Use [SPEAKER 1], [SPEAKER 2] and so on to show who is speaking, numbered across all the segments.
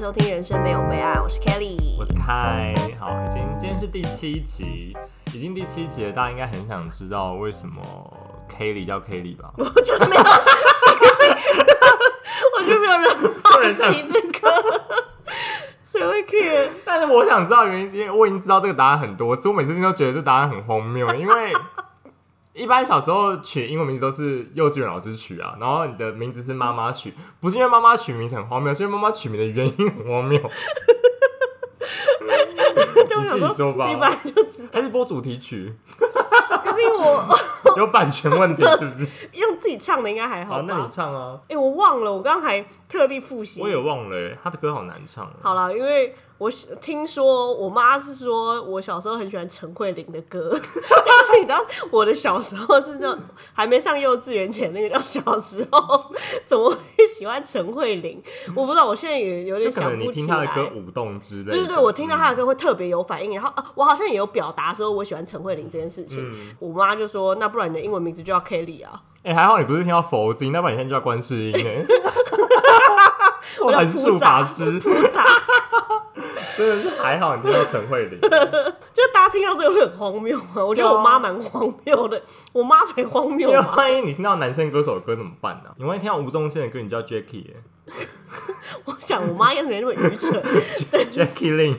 [SPEAKER 1] 收听《人生没有悲哀》，我是 Kelly，
[SPEAKER 2] 我是凯。好，已经今天是第七集，已经第七集了，大家应该很想知道为什么 Kelly 叫 Kelly 吧？
[SPEAKER 1] 我就没有， 我就没有人好奇这个，谁会 care？
[SPEAKER 2] 但是我想知道的原因，是因为我已经知道这个答案很多次，我每次听都觉得这答案很荒 谬，因为一般小时候取英文名字都是幼稚园老师取啊，然后你的名字是妈妈取，不是因为妈妈取名字很荒谬，是因为妈妈取名的原因很荒 谬。
[SPEAKER 1] 对，我
[SPEAKER 2] 你自己
[SPEAKER 1] 想
[SPEAKER 2] 说吧
[SPEAKER 1] 你本来就知，
[SPEAKER 2] 还是播主题曲，
[SPEAKER 1] 可是因为我
[SPEAKER 2] 有版权问题是不是？
[SPEAKER 1] 用自己唱的应该还好
[SPEAKER 2] 好，那你
[SPEAKER 1] 吧？
[SPEAKER 2] 唱啊，
[SPEAKER 1] 哎、我忘了，我刚刚还特地复习
[SPEAKER 2] 我。也忘了、欸，他的歌好难唱、哦。
[SPEAKER 1] 好了，因为我是听说我妈是说我小时候很喜欢陈慧琳的歌， 但是你知道我的小时候是那种还没上幼稚园前那个叫小时候，怎么会喜欢陈慧琳？我不知道，我现在也有
[SPEAKER 2] 嗯就
[SPEAKER 1] 点
[SPEAKER 2] 可
[SPEAKER 1] 想
[SPEAKER 2] 能你
[SPEAKER 1] 不起
[SPEAKER 2] 听
[SPEAKER 1] 来
[SPEAKER 2] 他的。歌舞动之类的。
[SPEAKER 1] 对对对，我听到他的歌会特别有反应，然后、啊、我好像也有表达说我喜欢陈慧琳这件事情。
[SPEAKER 2] 嗯
[SPEAKER 1] 我妈就说：“那不然你的英文名字就叫 Kelly 啊
[SPEAKER 2] 哎、还好你不是听到佛经，要不然你现在就叫观世音 哎、我
[SPEAKER 1] 叫
[SPEAKER 2] 很术法师，
[SPEAKER 1] 菩萨。
[SPEAKER 2] 真的是还好你听到陈慧 琳。”
[SPEAKER 1] 就大家听到这个会很荒谬啊！我觉得我妈蛮荒谬的，我妈才荒谬
[SPEAKER 2] 因为
[SPEAKER 1] 吧？
[SPEAKER 2] 万一你听到男生歌手的歌怎么办呢、你万一听到吴宗宪的歌，你叫 Jackie 耶、
[SPEAKER 1] 我想我妈应该没那么愚蠢。
[SPEAKER 2] j a c k i e Lin。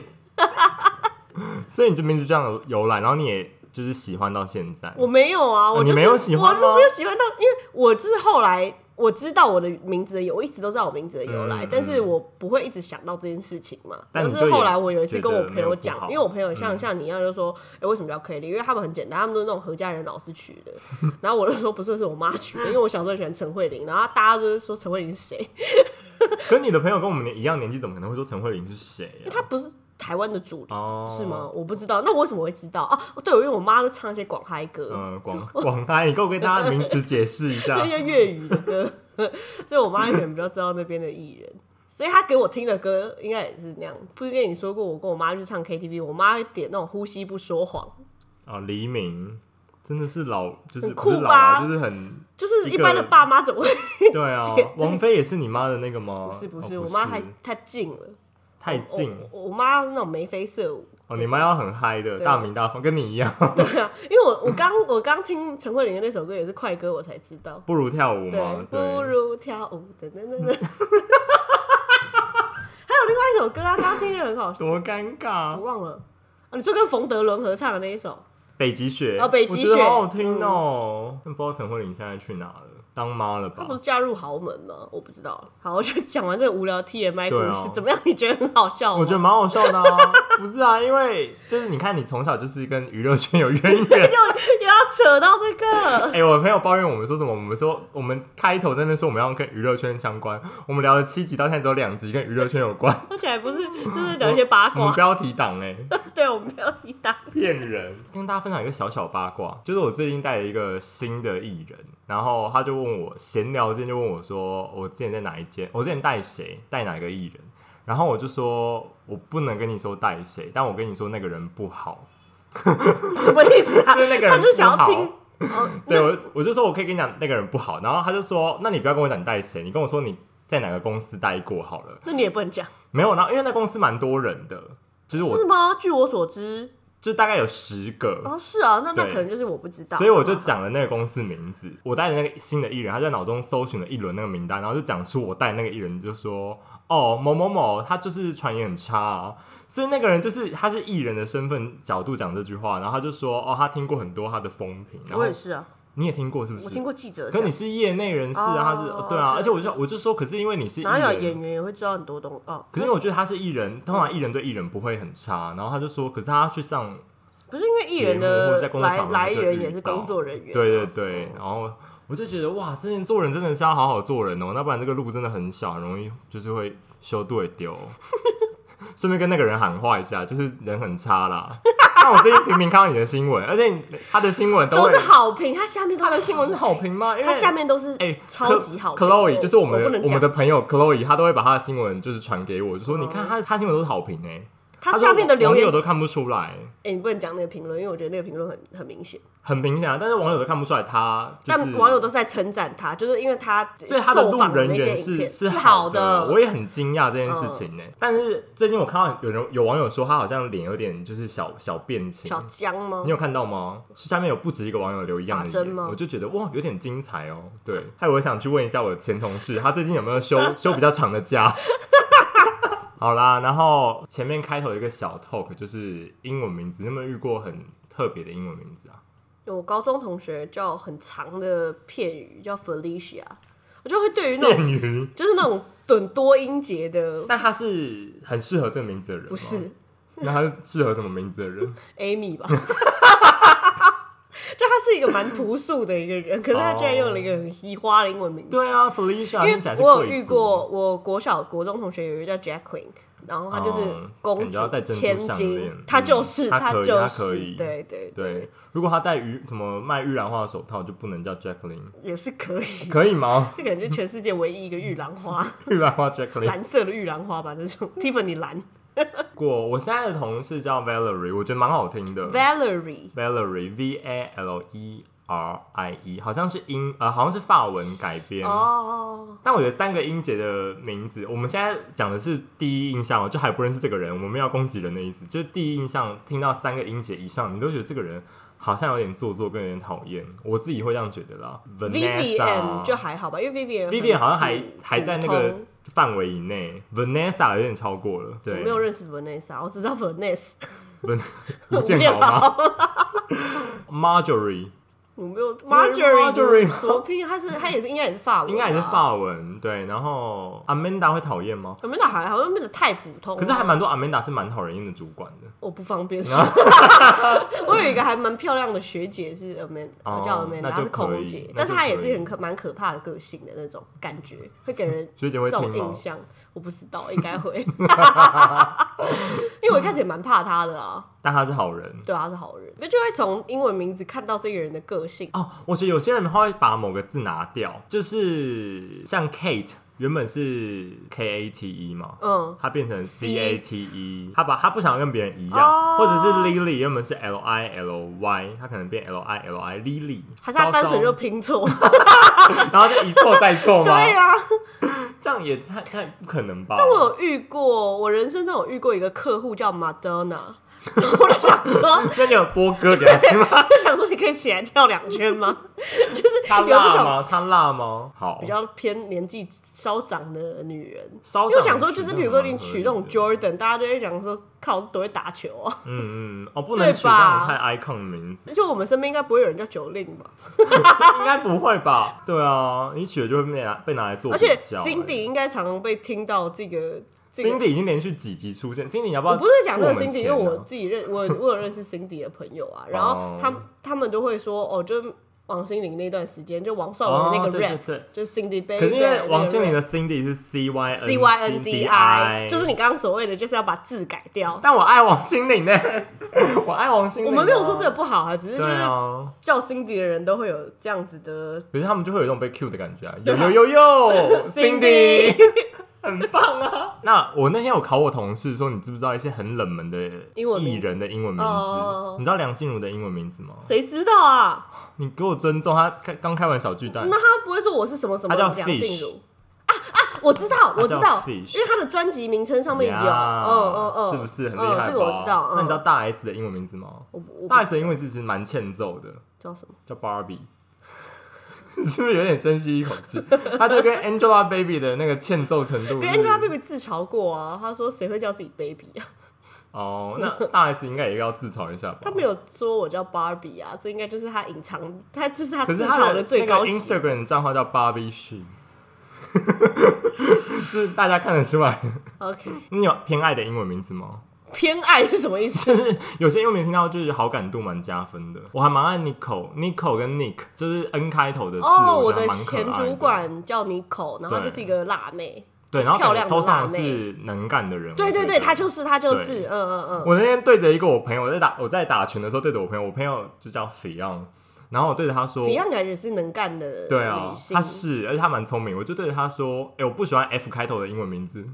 [SPEAKER 2] 所以你这名字这样由来，然后你也就是喜欢到现在。
[SPEAKER 1] 我没有 啊，我、就是、
[SPEAKER 2] 你没有喜欢吗
[SPEAKER 1] 我是没有喜欢到，因为我是后来我知道我的名字的由，我一直都知道我名字的由来，
[SPEAKER 2] 嗯
[SPEAKER 1] 但是我不会一直想到这件事情嘛。
[SPEAKER 2] 但你
[SPEAKER 1] 是
[SPEAKER 2] 就也
[SPEAKER 1] 后来我有一次
[SPEAKER 2] 觉
[SPEAKER 1] 跟我
[SPEAKER 2] 得
[SPEAKER 1] 朋
[SPEAKER 2] 没有
[SPEAKER 1] 友
[SPEAKER 2] 不
[SPEAKER 1] 讲，
[SPEAKER 2] 好嗯
[SPEAKER 1] 因为我朋友像、像你一样就说，哎、为什么叫 Kelly？因为他们很简单，他们都是那种何家人老师取 的。然后我就说不是，是我妈取的，因为我小时候喜欢陈慧琳，然后大家都是说陈慧琳是谁？
[SPEAKER 2] 可你的朋友跟我们一样年纪，怎么可能会说陈慧琳是谁呀、
[SPEAKER 1] 她不是台湾的主流。
[SPEAKER 2] 哦，
[SPEAKER 1] 是？吗？我不知道，那我为什么会知道啊？对，因为我妈都唱一些广嗨歌，
[SPEAKER 2] 呃，广广开，你给我跟大家名词解释一 下
[SPEAKER 1] 那。些粤语的歌， 所以我妈可能比较知道那边的艺人，所以她给我听的歌应该也是那样。不是跟你说过，我跟我妈去唱 KTV，我妈会点那种《呼吸不说谎
[SPEAKER 2] 哦，黎明真的是老，就是
[SPEAKER 1] 很
[SPEAKER 2] 不是
[SPEAKER 1] 酷
[SPEAKER 2] 老啊，
[SPEAKER 1] 吧
[SPEAKER 2] 就是 很》，
[SPEAKER 1] 就是一
[SPEAKER 2] 一个
[SPEAKER 1] 般的爸妈怎么会？
[SPEAKER 2] 对啊
[SPEAKER 1] 这。
[SPEAKER 2] 王菲也是你妈的那个吗？
[SPEAKER 1] 不是不
[SPEAKER 2] 哦
[SPEAKER 1] 是，我妈哦太太近了，
[SPEAKER 2] 太近
[SPEAKER 1] 我我妈那种眉飞色舞。
[SPEAKER 2] 哦，你妈要很嗨的，
[SPEAKER 1] 对
[SPEAKER 2] 大名大放，跟你一样，
[SPEAKER 1] 对啊，因为我我刚我刚听陈慧琳的那首歌也是快歌，我才知道。
[SPEAKER 2] 不如跳舞
[SPEAKER 1] 对
[SPEAKER 2] 嘛，，
[SPEAKER 1] 不
[SPEAKER 2] 对，
[SPEAKER 1] 如跳舞，等等等等。还 有另外一首歌啊，刚刚听的很好笑，
[SPEAKER 2] 多尴
[SPEAKER 1] 我
[SPEAKER 2] 尬。
[SPEAKER 1] 忘了。啊、你说跟冯德伦合唱的那一首，
[SPEAKER 2] 北极雪
[SPEAKER 1] 哦北极雪
[SPEAKER 2] 我觉得好好听哦。但不知道陈慧琳现在去哪了，当妈了
[SPEAKER 1] 他
[SPEAKER 2] 吧
[SPEAKER 1] 不？是嫁入豪门吗？我不知道。好，我就讲完这个无聊 TMI
[SPEAKER 2] 对啊
[SPEAKER 1] 故事，怎么样？你觉得很好笑吗？
[SPEAKER 2] 我觉得蛮好笑的啊，不是啊，因为就是你看，你从小就是跟娱乐圈有 渊 源。
[SPEAKER 1] 又又要扯到这个，
[SPEAKER 2] 哎、我朋友抱怨我们说什么？我们说我们开头在那边说我们要跟娱乐圈相关，我们聊了七集，到现在只有两集跟娱乐圈有关。
[SPEAKER 1] 而且还不是就是聊一些八
[SPEAKER 2] 我们
[SPEAKER 1] 卦，
[SPEAKER 2] 标题党哎、
[SPEAKER 1] 对我们不要提到。
[SPEAKER 2] 骗人！跟大家分享一个小小八卦，就是我最近带了一个新的艺人，然后他就问我闲聊之间就问我说，我之前在哪一间？我之前带谁？带哪个艺人？然后我就说我不能跟你说带谁，但我跟你说那个人不好，
[SPEAKER 1] 什么意思啊？
[SPEAKER 2] 就是那个人
[SPEAKER 1] 他就想
[SPEAKER 2] 不
[SPEAKER 1] 要
[SPEAKER 2] 好
[SPEAKER 1] 听，哦，
[SPEAKER 2] 对我我就说我可以跟你讲那个人不好，然后他就说那你不要跟我讲你带谁，你跟我说你在哪个公司待过好了。
[SPEAKER 1] 那你也不能讲，
[SPEAKER 2] 没有，然后因为那公司蛮多人的，就是我
[SPEAKER 1] 是吗？据我所知，
[SPEAKER 2] 就大概有十个，
[SPEAKER 1] 哦，是啊，那那
[SPEAKER 2] 对
[SPEAKER 1] 可能就是我不知道，
[SPEAKER 2] 所以我就讲了那个公司名字，我带的那个新的艺人，他在脑中搜寻了一轮那个名单，然后就讲出我带那个艺人，就说哦某某某，他就是传言很差啊，所以那个人就是他是艺人的身份角度讲这句话，然后他就说哦他听过很多他的风评，然后
[SPEAKER 1] 我也是啊，
[SPEAKER 2] 你也听过是不是
[SPEAKER 1] 我？听过记者
[SPEAKER 2] 可
[SPEAKER 1] 讲
[SPEAKER 2] 你是业内人士啊，他是、
[SPEAKER 1] 哦
[SPEAKER 2] 哦对啊，
[SPEAKER 1] 对
[SPEAKER 2] 而且我就我就说，可是因为你是艺
[SPEAKER 1] 哪有
[SPEAKER 2] 人，
[SPEAKER 1] 演员也会知道很多东哦？
[SPEAKER 2] 可是因为我觉得他是艺人，通常艺人对艺人不会很差，然后他就说，可是他去上
[SPEAKER 1] 不是因为艺人
[SPEAKER 2] 节目或
[SPEAKER 1] 的
[SPEAKER 2] 者在工作
[SPEAKER 1] 来
[SPEAKER 2] 场合
[SPEAKER 1] 来
[SPEAKER 2] 就
[SPEAKER 1] 源
[SPEAKER 2] 遇
[SPEAKER 1] 也是
[SPEAKER 2] 到
[SPEAKER 1] 工作人员，
[SPEAKER 2] 对对
[SPEAKER 1] 嗯
[SPEAKER 2] 对，然后我就觉得哇，之前做人真的是要好好做人哦，那不然这个路真的很小，很容易就是会修对丢。 顺便跟那个人喊话一下，就是人很差啦。 但我最近频频看到你的新闻，而且你他的新闻
[SPEAKER 1] 都
[SPEAKER 2] 会
[SPEAKER 1] 是好评，他下面都
[SPEAKER 2] 他的
[SPEAKER 1] 是
[SPEAKER 2] 新闻是好评吗？因为
[SPEAKER 1] 他下面都是
[SPEAKER 2] 哎，
[SPEAKER 1] 超级好评
[SPEAKER 2] Chloe 就是我们
[SPEAKER 1] 我不
[SPEAKER 2] 的
[SPEAKER 1] 能
[SPEAKER 2] 我
[SPEAKER 1] 讲
[SPEAKER 2] 们的朋友 Chloe，她都会把她的新闻就是传给我，就说你看她她新闻都是好评哎、
[SPEAKER 1] 嗯他下面的留
[SPEAKER 2] 网友
[SPEAKER 1] 言，
[SPEAKER 2] 都看不出来，
[SPEAKER 1] 哎、你不能讲那个评论，因为我觉得那个评论很很明显，
[SPEAKER 2] 很明显啊。但是网友都看不出来他，就是、
[SPEAKER 1] 但网友都在称赞他，就是因为他
[SPEAKER 2] 所以他的
[SPEAKER 1] 受
[SPEAKER 2] 路
[SPEAKER 1] 访
[SPEAKER 2] 人
[SPEAKER 1] 那些
[SPEAKER 2] 缘
[SPEAKER 1] 影
[SPEAKER 2] 是
[SPEAKER 1] 片是
[SPEAKER 2] 好
[SPEAKER 1] 的，嗯
[SPEAKER 2] 我也很惊讶这件事情呢、但是最近我看到有人有网友说他好像脸有点就是小小变形，
[SPEAKER 1] 小江吗
[SPEAKER 2] 你？有看到吗？下面有不止一个网友留一样
[SPEAKER 1] 打
[SPEAKER 2] 的
[SPEAKER 1] 针
[SPEAKER 2] 言，
[SPEAKER 1] 吗
[SPEAKER 2] 我就觉得哇，有点精彩哦。对，害我想去问一下我的前同事，他最近有没 有休休比较长的假？ 好啦，然后前面开头有一个小 talk，就是英文名字，你有没有遇过很特别的英文名字啊？
[SPEAKER 1] 我高中同学叫很长的片语叫 Felicia，我就会对于那种
[SPEAKER 2] 恋云，
[SPEAKER 1] 就是那种短多音节的，
[SPEAKER 2] 但他是很适合这个名字的人，
[SPEAKER 1] 不是？
[SPEAKER 2] 那他是适合什么名字 的人？
[SPEAKER 1] Amy 吧。就他是一个蛮朴素的一个人，可是他居然用了一个很嘻花的英文名字。
[SPEAKER 2] 对啊，Felicia，
[SPEAKER 1] 因
[SPEAKER 2] 听起来
[SPEAKER 1] 为
[SPEAKER 2] 是
[SPEAKER 1] 我有
[SPEAKER 2] 贵
[SPEAKER 1] 遇
[SPEAKER 2] 族
[SPEAKER 1] 过，我国小国中同学有一个叫 Jacqueline，然后她就是
[SPEAKER 2] 哦
[SPEAKER 1] 公
[SPEAKER 2] 感觉要戴
[SPEAKER 1] 主
[SPEAKER 2] 珍珠
[SPEAKER 1] 千
[SPEAKER 2] 项
[SPEAKER 1] 金
[SPEAKER 2] 链，
[SPEAKER 1] 她
[SPEAKER 2] 嗯
[SPEAKER 1] 就是
[SPEAKER 2] 她可以
[SPEAKER 1] 就
[SPEAKER 2] 她可
[SPEAKER 1] 是
[SPEAKER 2] 以
[SPEAKER 1] 对对，
[SPEAKER 2] 对，如果他戴玉什么卖玉兰花的手套，就不能叫 Jacqueline，
[SPEAKER 1] 也是可 以。
[SPEAKER 2] 可以吗？
[SPEAKER 1] 这感觉全世界唯一一个玉兰 花，
[SPEAKER 2] 玉兰花 Jacqueline。
[SPEAKER 1] 蓝色的玉兰花吧，那种 Tiffany 蓝
[SPEAKER 2] 过，我现在的同事叫 Valerie，我觉得蛮好听的。
[SPEAKER 1] Valerie，
[SPEAKER 2] Valerie V A L E R I E，好像是英呃，好像是法文改编。
[SPEAKER 1] 哦，
[SPEAKER 2] 但我觉得三个音节的名字，我们现在讲的是第一印象哦，就还不认识这个人，我们没有要攻击人的意思，就是第一印象听到三个音节以上，你都觉得这个人好像有点做作，跟有点讨厌，我自己会这样觉得啦。
[SPEAKER 1] Vivian
[SPEAKER 2] Vanessa
[SPEAKER 1] 就还好吧，因为 Vivian 很
[SPEAKER 2] Vivian 好像还
[SPEAKER 1] 普
[SPEAKER 2] 还在那个
[SPEAKER 1] 普通
[SPEAKER 2] 范围以内，Vanessa 有点超过了，
[SPEAKER 1] 我
[SPEAKER 2] 对，
[SPEAKER 1] 没有认识 Vanessa，我只知道 Vanessa，
[SPEAKER 2] Van 吴建豪吗？Marjorie
[SPEAKER 1] 我没有
[SPEAKER 2] 没有
[SPEAKER 1] Marjorie
[SPEAKER 2] Marjorie 吗
[SPEAKER 1] 怎么拼？他是他也是应该也是法文吧，
[SPEAKER 2] 应该也是法文，对，然后 Amanda 会讨厌吗？
[SPEAKER 1] 我们那还好像变得太普通了，
[SPEAKER 2] 可是还蛮多 Amanda 是蛮讨人厌的主管的，
[SPEAKER 1] 我不方便 说。我有一个还蛮漂亮的学姐是 Amanda，、
[SPEAKER 2] 哦
[SPEAKER 1] 叫 Amanda，
[SPEAKER 2] 那
[SPEAKER 1] 她
[SPEAKER 2] 就是可
[SPEAKER 1] 空
[SPEAKER 2] 以
[SPEAKER 1] 姐，
[SPEAKER 2] 那
[SPEAKER 1] 但
[SPEAKER 2] 就是
[SPEAKER 1] 她也
[SPEAKER 2] 可
[SPEAKER 1] 是
[SPEAKER 2] 以
[SPEAKER 1] 很可蛮可怕的个性的那种感觉，会给人
[SPEAKER 2] 学姐会
[SPEAKER 1] 这
[SPEAKER 2] 听
[SPEAKER 1] 种
[SPEAKER 2] 吗
[SPEAKER 1] 印？象。我不知道，应该会， 因为我一开始也蛮怕她的啊。
[SPEAKER 2] 但她是好人
[SPEAKER 1] 对，啊她是好人，那就会从英文名字看到这个人的个性。
[SPEAKER 2] 哦。我觉得有些人他会把某个字拿掉，就是像 Kate 原本是 K A T E 嘛，
[SPEAKER 1] 嗯，
[SPEAKER 2] 他变成
[SPEAKER 1] C
[SPEAKER 2] C A T E，他把他不想跟别人一样，
[SPEAKER 1] 哦
[SPEAKER 2] 或者是 Lily 原本是 L I L Y，他可能变 L I L I Lily，
[SPEAKER 1] 还是她单纯就
[SPEAKER 2] 稍
[SPEAKER 1] 拼错？
[SPEAKER 2] 稍 然后就一错再错吗？
[SPEAKER 1] 对啊，
[SPEAKER 2] 这样也太太不可能吧？
[SPEAKER 1] 但我有遇过，我人生中有遇过一个客户叫 Madonna，然 后我就想说，
[SPEAKER 2] 那你有播歌给他听吗？
[SPEAKER 1] 我 就想说你可以起来跳两圈吗？ 就是
[SPEAKER 2] 他
[SPEAKER 1] 有这
[SPEAKER 2] 辣
[SPEAKER 1] 种
[SPEAKER 2] 吗？他辣吗？好
[SPEAKER 1] 比，较偏年纪稍长的女人。
[SPEAKER 2] 稍
[SPEAKER 1] 因
[SPEAKER 2] 长
[SPEAKER 1] 为我想说，就是比如说你
[SPEAKER 2] 取
[SPEAKER 1] 取那种 Jordan，大家就会讲说靠都会打球啊。
[SPEAKER 2] 嗯嗯，哦，不能
[SPEAKER 1] 对
[SPEAKER 2] 取那
[SPEAKER 1] 吧
[SPEAKER 2] 种太 icon 的名字，
[SPEAKER 1] 就我们身边应该不会有人叫九令吧？
[SPEAKER 2] 应该不会吧？对啊，你取了就会被拿被拿来做
[SPEAKER 1] 而
[SPEAKER 2] 比较
[SPEAKER 1] 且
[SPEAKER 2] 欸。
[SPEAKER 1] Cindy 应该常常被听到这个这个。
[SPEAKER 2] Cindy 已经连续几集出现，Cindy 你要不要？
[SPEAKER 1] 我不是讲这
[SPEAKER 2] 这
[SPEAKER 1] 个 Cindy，因为
[SPEAKER 2] 啊
[SPEAKER 1] 我自己认 我我有认识 Cindy 的朋友 啊，然
[SPEAKER 2] 哦
[SPEAKER 1] 后他们他们都会说哦，就王心凌那段时间，就王少文那
[SPEAKER 2] 哦
[SPEAKER 1] 个
[SPEAKER 2] 对
[SPEAKER 1] rap，、
[SPEAKER 2] 对对
[SPEAKER 1] 就是 Cindy Baby，
[SPEAKER 2] 可是因为王心凌
[SPEAKER 1] 的
[SPEAKER 2] 的 Cindy 是 C Y
[SPEAKER 1] C Y N D I，就是
[SPEAKER 2] 你。
[SPEAKER 1] 你刚刚所谓的，就是要把字改掉。
[SPEAKER 2] 但我爱王心凌呢， 我爱王心凌
[SPEAKER 1] 我
[SPEAKER 2] 啊。
[SPEAKER 1] 们没有说这个不好啊，只是就
[SPEAKER 2] 对
[SPEAKER 1] 是
[SPEAKER 2] 啊，
[SPEAKER 1] 叫 Cindy 的人都会有这样子的
[SPEAKER 2] 可是他们就会有一种被 Q 的感觉啊！有有 有有，Cindy。很 棒啊！那我那天有考我同事说，你知不知道一些很冷门的
[SPEAKER 1] 英文名
[SPEAKER 2] 艺人的英文名字？
[SPEAKER 1] 哦
[SPEAKER 2] 你知道梁静茹的英文名字吗？
[SPEAKER 1] 谁知道啊？
[SPEAKER 2] 你给我尊重，她开刚开完小巨蛋，
[SPEAKER 1] 那他不会说我是什么什么
[SPEAKER 2] 他叫
[SPEAKER 1] 梁静茹
[SPEAKER 2] Fish
[SPEAKER 1] 啊啊！我知道，我知
[SPEAKER 2] 他
[SPEAKER 1] 道
[SPEAKER 2] 叫，Fish
[SPEAKER 1] 因为他的专辑名称上面有，
[SPEAKER 2] 呀
[SPEAKER 1] 嗯嗯嗯，
[SPEAKER 2] 是不是很厉害吧、
[SPEAKER 1] 嗯？这个我知道，嗯
[SPEAKER 2] 那你知道大 S 的英文名字吗？
[SPEAKER 1] 我不我不
[SPEAKER 2] 大 S 的英文字其实蛮欠揍的，
[SPEAKER 1] 叫什么？
[SPEAKER 2] 叫 Barbie。是不是有点深吸一口 气？她就跟 Angelababy 的那个欠揍程度
[SPEAKER 1] 跟
[SPEAKER 2] 是
[SPEAKER 1] Angelababy 自嘲过啊，她说谁会叫自己 baby 啊？
[SPEAKER 2] 哦，那大 S 应该也要自嘲一下吧？
[SPEAKER 1] 她没有说我叫 Barbie 啊，这应该就是她隐藏，她就是她
[SPEAKER 2] 可
[SPEAKER 1] 自
[SPEAKER 2] 是
[SPEAKER 1] 嘲
[SPEAKER 2] 他
[SPEAKER 1] 的最高
[SPEAKER 2] 那
[SPEAKER 1] 级
[SPEAKER 2] 个。Instagram 账号叫 Barbie She，就是大家看得出来。
[SPEAKER 1] OK，
[SPEAKER 2] 你有偏爱的英文名字吗？
[SPEAKER 1] 偏爱是什么意思？
[SPEAKER 2] 就是 有些英文名听到就是好感度蛮加分的。我还蛮爱 Nico，Nico 跟 Nick 就是 N 开头的字，
[SPEAKER 1] 哦，
[SPEAKER 2] 我
[SPEAKER 1] 我
[SPEAKER 2] 觉得
[SPEAKER 1] 的
[SPEAKER 2] 蛮可爱
[SPEAKER 1] 前主管叫 n i c o 然后她就是一个辣妹，
[SPEAKER 2] 对，然后
[SPEAKER 1] 漂
[SPEAKER 2] 感
[SPEAKER 1] 亮
[SPEAKER 2] 觉
[SPEAKER 1] 的
[SPEAKER 2] 头上
[SPEAKER 1] 辣妹
[SPEAKER 2] 是能干的人。
[SPEAKER 1] 对
[SPEAKER 2] 我
[SPEAKER 1] 对
[SPEAKER 2] 觉
[SPEAKER 1] 对，
[SPEAKER 2] 得
[SPEAKER 1] 她就是她就是，
[SPEAKER 2] 对
[SPEAKER 1] 嗯嗯嗯。
[SPEAKER 2] 我那天对着一个我朋友，我在打我在打拳的时候对着我朋友，我朋友就叫 Fion，然后我对着他说
[SPEAKER 1] 怎样感觉是能干的
[SPEAKER 2] 对啊
[SPEAKER 1] 女，性
[SPEAKER 2] 他？是，而且他蛮聪明。我就对着他说：“哎、我不喜欢 F 开头的英文名字。”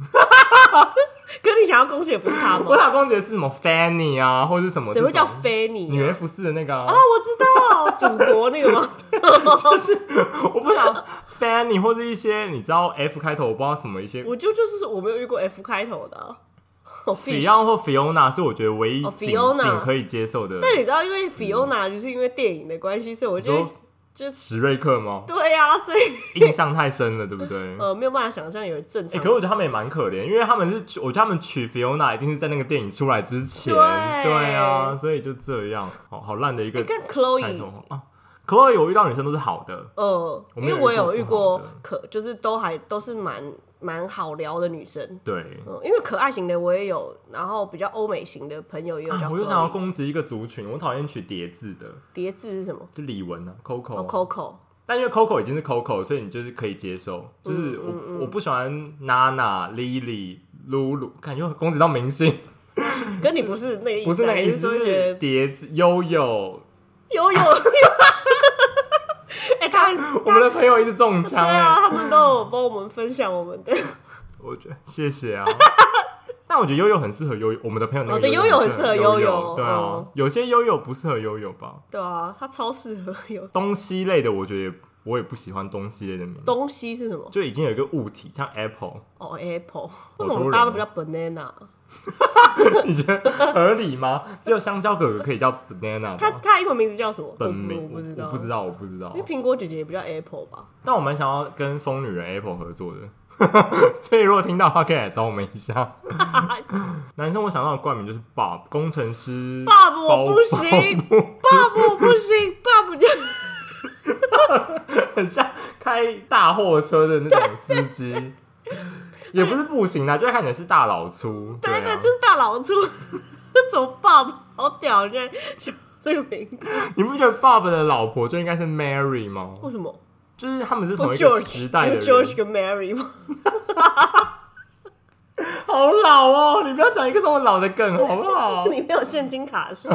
[SPEAKER 1] 可是你想要恭喜的不是他
[SPEAKER 2] 我
[SPEAKER 1] 吗？
[SPEAKER 2] 打公爵是什么 Fanny 啊，或者是什么
[SPEAKER 1] 谁
[SPEAKER 2] 这种？
[SPEAKER 1] 会叫菲尼
[SPEAKER 2] 女
[SPEAKER 1] 啊？
[SPEAKER 2] 人服饰的那个、啊
[SPEAKER 1] 啊，我知道，祖国那个吗？ 哦
[SPEAKER 2] 我不想 Fanny 或者一些你知道 F 开头，我不知道什么一些
[SPEAKER 1] 我就就是我没有遇过 F 开头的啊，好 fish。
[SPEAKER 2] Fiona 或 Fiona 是我觉得唯一
[SPEAKER 1] 哦
[SPEAKER 2] 仅
[SPEAKER 1] Fiona
[SPEAKER 2] 仅可以接受的。
[SPEAKER 1] 但你知道，因为 Fiona 就是因为电影的关系，所以我
[SPEAKER 2] 你说
[SPEAKER 1] 就就
[SPEAKER 2] 史瑞克吗？
[SPEAKER 1] 对啊，所以
[SPEAKER 2] 印象太深了，对不 对？
[SPEAKER 1] 呃没有办法想象有正
[SPEAKER 2] 哎、
[SPEAKER 1] 常
[SPEAKER 2] 可是我觉得他们也蛮可怜，因为他们是，我觉得他们娶 Fiona 一定是在那个电影出来之前，
[SPEAKER 1] 对
[SPEAKER 2] 对啊，所以就这样，好好烂的一个
[SPEAKER 1] 你看
[SPEAKER 2] 开
[SPEAKER 1] 哎 Chloe，
[SPEAKER 2] 头啊。Chloe，我遇到女生都是好的，
[SPEAKER 1] 呃，
[SPEAKER 2] 我
[SPEAKER 1] 因
[SPEAKER 2] 没
[SPEAKER 1] 为
[SPEAKER 2] 有
[SPEAKER 1] 我
[SPEAKER 2] 遇
[SPEAKER 1] 有遇
[SPEAKER 2] 过不
[SPEAKER 1] 过
[SPEAKER 2] 好的
[SPEAKER 1] 可就是都还都是蛮蛮好聊的女生，
[SPEAKER 2] 对。
[SPEAKER 1] 嗯，因为可爱型的我也有，然后比较欧美型的朋友也有
[SPEAKER 2] 啊
[SPEAKER 1] 叫
[SPEAKER 2] 我就想要
[SPEAKER 1] Chloe。
[SPEAKER 2] 攻击一个族群，我讨厌取叠字的，
[SPEAKER 1] 叠字是什么？
[SPEAKER 2] 就李玟啊，Coco 啊、
[SPEAKER 1] 哦，Coco，
[SPEAKER 2] 但因为 Coco 已经是 Coco，所以你就是可以接受。就是
[SPEAKER 1] 嗯
[SPEAKER 2] 我、我不喜欢 Nana、Lily、Lulu，感觉攻击到 明星，
[SPEAKER 1] 跟你不是那个意思啊，
[SPEAKER 2] 不是那个意
[SPEAKER 1] 你
[SPEAKER 2] 思，
[SPEAKER 1] 说
[SPEAKER 2] 就
[SPEAKER 1] 觉得
[SPEAKER 2] 是叠字悠悠。
[SPEAKER 1] 有有，哎、他们
[SPEAKER 2] 我们的朋友一直中
[SPEAKER 1] 对
[SPEAKER 2] 枪哎、
[SPEAKER 1] 啊，他们都有帮我们分享我们的。
[SPEAKER 2] 我觉得谢谢啊。 但我觉得悠悠很适合悠悠，我们的朋友那
[SPEAKER 1] 哦对
[SPEAKER 2] 个
[SPEAKER 1] 悠悠
[SPEAKER 2] 很
[SPEAKER 1] 很
[SPEAKER 2] 适
[SPEAKER 1] 适
[SPEAKER 2] 合
[SPEAKER 1] 合
[SPEAKER 2] 悠
[SPEAKER 1] 悠悠
[SPEAKER 2] 悠，对啊
[SPEAKER 1] 嗯，
[SPEAKER 2] 有些悠悠不适合悠悠吧。
[SPEAKER 1] 对啊，他超适合有
[SPEAKER 2] 东西类的，我觉得也我也不喜欢东西类的名字，
[SPEAKER 1] 东西是什么？
[SPEAKER 2] 就已经有一个物体，像 Apple，
[SPEAKER 1] 哦，apple。
[SPEAKER 2] 多
[SPEAKER 1] 为
[SPEAKER 2] 人
[SPEAKER 1] 什
[SPEAKER 2] 啊
[SPEAKER 1] 么大家都不叫 banana？
[SPEAKER 2] 你觉得合理吗？只有香蕉哥哥可以叫 banana
[SPEAKER 1] 他
[SPEAKER 2] 吧？
[SPEAKER 1] 他英文名字叫什么？
[SPEAKER 2] 啊本
[SPEAKER 1] 我
[SPEAKER 2] 名
[SPEAKER 1] 不我不知
[SPEAKER 2] 我
[SPEAKER 1] 道，
[SPEAKER 2] 不知。道，我不知道
[SPEAKER 1] 因为。苹果姐姐也不叫 apple 吧？
[SPEAKER 2] 但我蛮想要跟疯女人 Apple 合作的， 所以如果听到的话，可以来找我们 一下。男生我想到的冠名就是 Bob 工程师，
[SPEAKER 1] 爸爸我不行，爸爸我不行，爸爸叫
[SPEAKER 2] 啊很像开大货车的那种司机，也不是不行啦，就看起来是大老粗。对
[SPEAKER 1] 对
[SPEAKER 2] 啊
[SPEAKER 1] 对，就是大老粗， 那种爸爸好屌，居然想这个名 字，
[SPEAKER 2] 你不觉得 Bob 的老婆就应该是 Mary 吗？
[SPEAKER 1] 为什么？
[SPEAKER 2] 就是他们是同
[SPEAKER 1] 不
[SPEAKER 2] 一个
[SPEAKER 1] George
[SPEAKER 2] 时代的
[SPEAKER 1] 不 George 跟
[SPEAKER 2] 人，
[SPEAKER 1] Mary 吗？？
[SPEAKER 2] 好老哦！你不要讲一个这么老的梗好不好
[SPEAKER 1] 你没有现金卡是？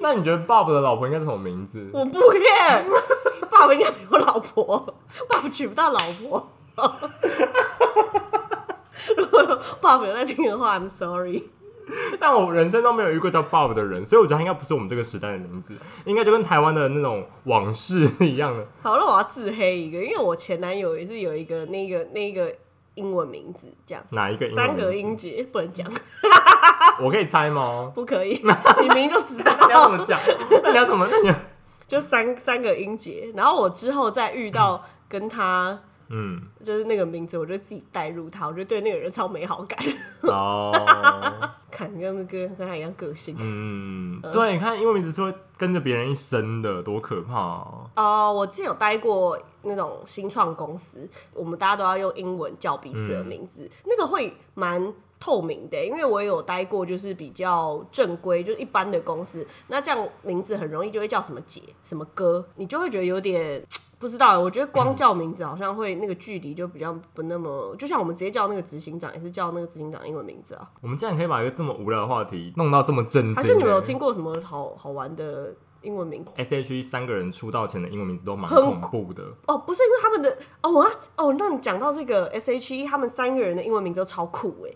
[SPEAKER 2] 那你觉得 Bob 的老婆应该是什么名字？
[SPEAKER 1] 我不 care，爸 爸应该没有老婆，爸爸娶不到老婆。 如果有爸爸有在听的话，I'm sorry。
[SPEAKER 2] 但我人生都没有遇过叫 Bob 的人，所以我觉得他应该不是我们这个时代的名字，应该就跟台湾的那种往事 一样的。
[SPEAKER 1] 好，那我要自黑一个，因为我前男友也是有一个那个那个英文名字，这样
[SPEAKER 2] 哪一个英文
[SPEAKER 1] 三
[SPEAKER 2] 名字
[SPEAKER 1] 个音节不能讲，
[SPEAKER 2] 我可以 猜吗？
[SPEAKER 1] 不可以，你明明就知道。
[SPEAKER 2] 你 要怎么讲？那你要怎么？那你要
[SPEAKER 1] 就三三个音节。然后我之后再遇到跟他
[SPEAKER 2] 嗯。
[SPEAKER 1] 就是那个名字，我就自己带入他，我就对那个人超没好感，
[SPEAKER 2] 哦，
[SPEAKER 1] 看跟跟跟他一样个性。
[SPEAKER 2] 嗯，对，你看英文名字是会跟着别人一生的，多可怕、啊！
[SPEAKER 1] 哦、我之前有待过那种新创公司，我们大家都要用英文叫彼此的名字，那个会蛮透明的、欸因为我也有待过，就是比较正规，就是一般的公司，那这样名字很容易就会叫什么姐、什么哥，你就会觉得有点。不知道，我觉得光叫名字好像会那个距离就比较不那么，就像我们直接叫那个执行长，也是叫那个执行长英文名字啊。
[SPEAKER 2] 我们竟然可以把一个这么无聊的话题弄到这么震惊、欸，
[SPEAKER 1] 还是你们有听过什么好好玩的英文名
[SPEAKER 2] S H E 三个人出道前的英文名字都蛮
[SPEAKER 1] 很
[SPEAKER 2] 恐怖的，
[SPEAKER 1] 哦，不是因为他们的哦，我要哦，那你讲到这个 S H E，他们三个人的英文名都超酷哎，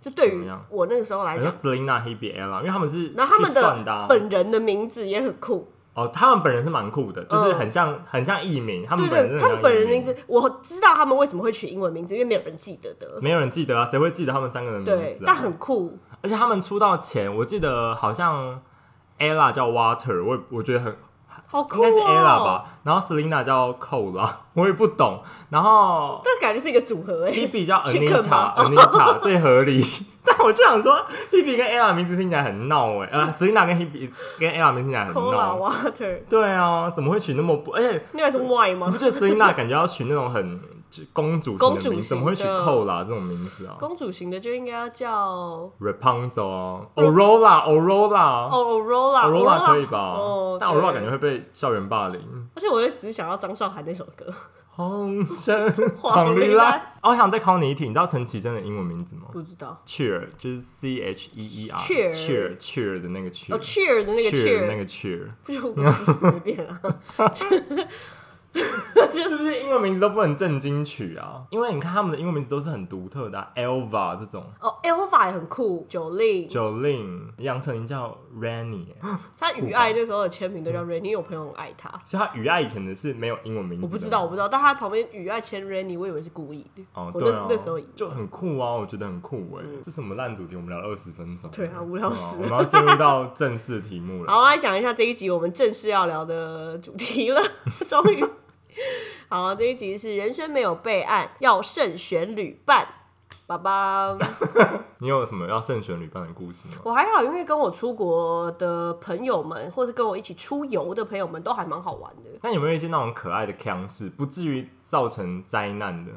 [SPEAKER 1] 就对
[SPEAKER 2] 怎么
[SPEAKER 1] 于
[SPEAKER 2] 样
[SPEAKER 1] 我那个时候来
[SPEAKER 2] 好像
[SPEAKER 1] 讲，
[SPEAKER 2] Selina、Hebe、Ella，因为他们是
[SPEAKER 1] 然后他们
[SPEAKER 2] 是算的
[SPEAKER 1] 的
[SPEAKER 2] 啊、
[SPEAKER 1] 本人的名字也很酷，
[SPEAKER 2] 哦，他们本人是蛮酷的，就是
[SPEAKER 1] 嗯
[SPEAKER 2] 很像、很像艺名，他们
[SPEAKER 1] 对
[SPEAKER 2] 本
[SPEAKER 1] 对，
[SPEAKER 2] 人真的
[SPEAKER 1] 他们
[SPEAKER 2] 很像
[SPEAKER 1] 本
[SPEAKER 2] 艺
[SPEAKER 1] 人的名字，我知道他们为什么会取英文名字，因为没有人记得的，
[SPEAKER 2] 没有人记得啊，谁会记得他们三个人的名
[SPEAKER 1] 对
[SPEAKER 2] 字、啊？，
[SPEAKER 1] 但很酷，
[SPEAKER 2] 而且他们出道前，我记得好像 Ella 叫 Water，我也我觉得很
[SPEAKER 1] 好酷
[SPEAKER 2] 应该是 Ella
[SPEAKER 1] 哦，
[SPEAKER 2] 吧，然后 Selina 叫 Cole 啦， 我也不懂。然后
[SPEAKER 1] 这感觉是一个组合哎，
[SPEAKER 2] Hebe 叫
[SPEAKER 1] Chicken 吗
[SPEAKER 2] Anita，Anita 最合理。 但我就想说，Hebe 跟 Ella 名字听起来很闹哎、呃，Selina 跟 Hebe 跟 Ella 名字听起来很
[SPEAKER 1] Cola
[SPEAKER 2] 闹。
[SPEAKER 1] Water，
[SPEAKER 2] 对啊，怎么会取那么不？而且
[SPEAKER 1] 那个是 Y
[SPEAKER 2] 你
[SPEAKER 1] 吗
[SPEAKER 2] 不？觉得 Selina 感觉要取那种很就公主型
[SPEAKER 1] 公
[SPEAKER 2] 的
[SPEAKER 1] 主型
[SPEAKER 2] 名字，怎么会取
[SPEAKER 1] 的
[SPEAKER 2] Cola 这种名字啊
[SPEAKER 1] 公主型的就应该要叫哦
[SPEAKER 2] ？Rapunzel 啊，Aurora，Aurora。
[SPEAKER 1] Aurora，Aurora
[SPEAKER 2] Aurora 可以吧？
[SPEAKER 1] 哦，
[SPEAKER 2] 但
[SPEAKER 1] 对
[SPEAKER 2] Aurora 感觉，会被校园霸凌。
[SPEAKER 1] 而且我就只想要张韶涵那首歌。
[SPEAKER 2] 红橙
[SPEAKER 1] 黄绿蓝
[SPEAKER 2] 哦，我想再考你一题，你知道陈绮贞的英文名字吗
[SPEAKER 1] 不知道。
[SPEAKER 2] ？Cheer 就是 C H E E R
[SPEAKER 1] Cheer
[SPEAKER 2] cheer cheer 的那
[SPEAKER 1] 哦
[SPEAKER 2] 个 cheer，
[SPEAKER 1] 哦、，cheer 的那个
[SPEAKER 2] cheer 的那
[SPEAKER 1] cheer，
[SPEAKER 2] 个 cheer。
[SPEAKER 1] 不就随便啊？
[SPEAKER 2] 是不是英文名字都不能正经取啊？因为你看他们的英文名字都是很独特的、啊、，Elva 这种
[SPEAKER 1] 哦，Elva 也很酷，九令，
[SPEAKER 2] ，Jolin，杨丞琳叫 Rani，欸
[SPEAKER 1] 他雨爱那时候的签名都叫 Rainy，因为我朋友很爱他。
[SPEAKER 2] 所以他于爱以前的是没有英文名字的，
[SPEAKER 1] 我不知道，我不知道，但他旁边雨爱签 Rainy，我以为是故意的。
[SPEAKER 2] 哦，
[SPEAKER 1] 我
[SPEAKER 2] 对
[SPEAKER 1] 那
[SPEAKER 2] 啊，
[SPEAKER 1] 那时候以为嗯
[SPEAKER 2] 就很酷啊，我觉得很酷哎、这什么烂主题？我们聊二十分钟，
[SPEAKER 1] 对啊无聊死
[SPEAKER 2] 对啊我们要进入到正式题目 了。
[SPEAKER 1] 好，来讲一下这一集我们正式要聊的主题了，终于。 好，这一集是人生没有备案，要慎选旅伴。爸爸，
[SPEAKER 2] 你有什么要慎选旅伴的故事吗？
[SPEAKER 1] 我还好，因为跟我出国的朋友们，或是跟我一起出游的朋友们，都还蛮好玩的。
[SPEAKER 2] 那有没有一些那种可爱的腔事，不至于造成灾难的？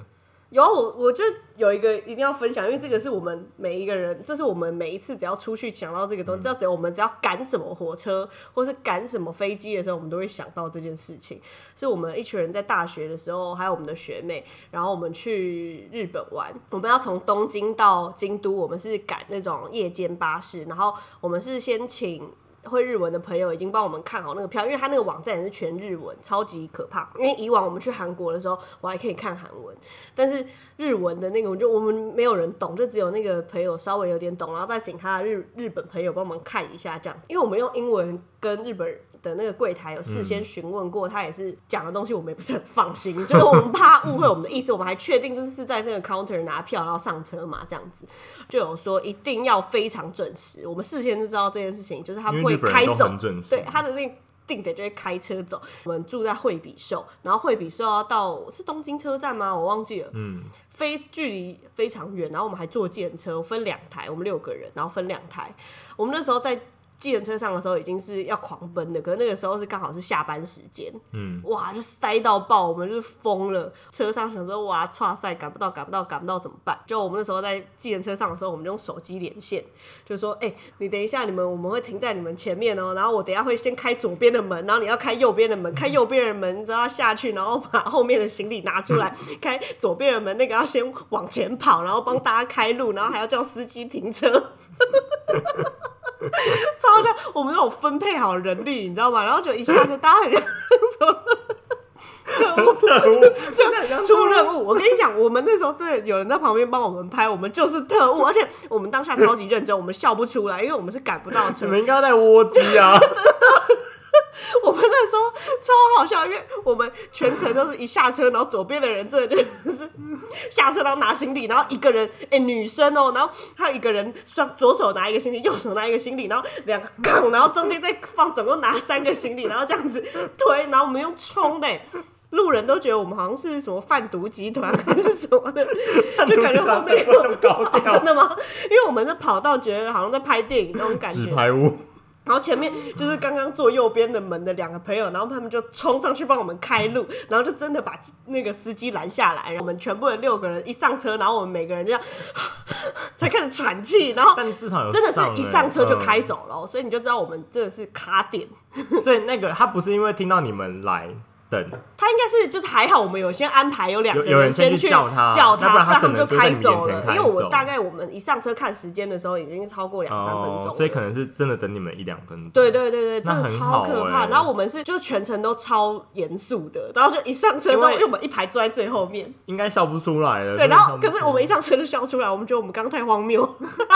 [SPEAKER 1] 有啊我，我就有一个一定要分享，因为这个是我们每一个人，这是我们每一次只要出去想到这个东西，只要只要我们只要赶什么火车或是赶什么飞机的时候，我们都会想到这件事情。是我们一群人在大学的时候，还有我们的学妹，然后我们去日本玩，我们要从东京到京都，我们是赶那种夜间巴士，然后我们是先请会日文的朋友已经帮我们看好那个票，因为他那个网站也是全日文，超级可怕。因为以往我们去韩国的时候，我还可以看韩文，但是日文的那个，我就我们没有人懂，就只有那个朋友稍微有点懂，然后再请他的日日本朋友帮忙看一下这样。因为我们用英文跟日本的那个柜台有事
[SPEAKER 2] 嗯
[SPEAKER 1] 先询问过，他也是讲的东西我们也不是很放心，就是我们怕误会我们的意思，我们还确定就是是在那个 counter 拿票然后上车嘛这样子，就有说一定要非常准时。我们事先就知道这件事情，就是他
[SPEAKER 2] 因
[SPEAKER 1] 们
[SPEAKER 2] 为
[SPEAKER 1] 会
[SPEAKER 2] 日本
[SPEAKER 1] 开
[SPEAKER 2] 人都
[SPEAKER 1] 走
[SPEAKER 2] 很准时
[SPEAKER 1] 对，他的那定点就会开车走。我们住在惠比寿，然后惠比寿要到是东京车站吗？我忘记了，嗯，非距离非常远。然后我们还坐电车，分两台，我们六个人，然后分两台。我们那时候在。计程车上的时候已经是要狂奔的，可是那个时候是刚好是下班时间，嗯，哇，就塞到爆，我们就是疯了。车上想说哇，哇塞，赶不到，赶不到，赶不到怎么办？就我们那时候在计程车上的时候，我们就用手机连线，就说：“哎、你等一下，你们我们会停在你们前面哦，然后我等一下会先开左边的门，然后你要开右边的门，开右边的门，你知道要下去，然后把后面的行李拿出来，开左边的门那个要先往前跑，然后帮大家开路，然后还要叫司机停 车。”超像我们那种分配好人力，你知道吗？然后就一下子大家很像什么特务，就出任务。我跟你讲，我们那时候真的有人在旁边帮我们拍，我们就是特务，而且我们当下超级认真，我们笑不出来，因为我们是赶不到车
[SPEAKER 2] 你，们应该要带窝鸡 啊！
[SPEAKER 1] 我们那时候超好笑，因为我们全程都是一下车，然后左边的人真的就是 下车，然后拿行李，然后一个人，哎、女生哦、然后还有一个人双左手拿一个行李，右手拿一个行李，然后两个杠，然后中间再放，总共拿三个行李，然后这样子推，然后我们用冲的、路人都觉得我们好像是什么贩毒集团还是什么的，就感觉后面
[SPEAKER 2] 贩毒集团怎么那么高调
[SPEAKER 1] 真的吗？因为我们是跑到觉得好像在拍电影那种感觉，
[SPEAKER 2] 纸牌屋，
[SPEAKER 1] 然后前面就是刚刚坐右边的门的两个朋友，然后他们就冲上去帮我们开路，然后就真的把那个司机拦下来。然后我们全部人六个人一上车，然后我们每个人就这样 才开始喘气，然后
[SPEAKER 2] 但至少有
[SPEAKER 1] 真的
[SPEAKER 2] 上
[SPEAKER 1] 是一
[SPEAKER 2] 欸
[SPEAKER 1] 上车就
[SPEAKER 2] 嗯
[SPEAKER 1] 开走了哦、所以你就知道我们真的是卡点。
[SPEAKER 2] 所以那个他不是因为听到你们来等，
[SPEAKER 1] 他应该是就是还好，我们有先安排有两个
[SPEAKER 2] 有有人先
[SPEAKER 1] 先
[SPEAKER 2] 去叫他
[SPEAKER 1] 他，叫
[SPEAKER 2] 要不然他
[SPEAKER 1] 让他
[SPEAKER 2] 可
[SPEAKER 1] 们
[SPEAKER 2] 能就在
[SPEAKER 1] 开
[SPEAKER 2] 你眼
[SPEAKER 1] 走
[SPEAKER 2] 前
[SPEAKER 1] 了。
[SPEAKER 2] 开
[SPEAKER 1] 因为我
[SPEAKER 2] 走
[SPEAKER 1] 大概我们一上车看时间的时候，已经超过两三分钟了、
[SPEAKER 2] 哦，所以可能是真的等你们一两分钟。
[SPEAKER 1] 对对对对，
[SPEAKER 2] 那
[SPEAKER 1] 真的
[SPEAKER 2] 很
[SPEAKER 1] 超
[SPEAKER 2] 好
[SPEAKER 1] 可怕。
[SPEAKER 2] 欸
[SPEAKER 1] 然后我们是就全程都超严肃的，然后就一上车之
[SPEAKER 2] 因
[SPEAKER 1] 后，
[SPEAKER 2] 为
[SPEAKER 1] 因为我们一排坐在最后面，
[SPEAKER 2] 应该笑不出来了。
[SPEAKER 1] 对，
[SPEAKER 2] 真的
[SPEAKER 1] 然后
[SPEAKER 2] 笑不
[SPEAKER 1] 可
[SPEAKER 2] 出
[SPEAKER 1] 是
[SPEAKER 2] 来
[SPEAKER 1] 我们一上车就笑出来，我们觉得我们刚刚太荒谬，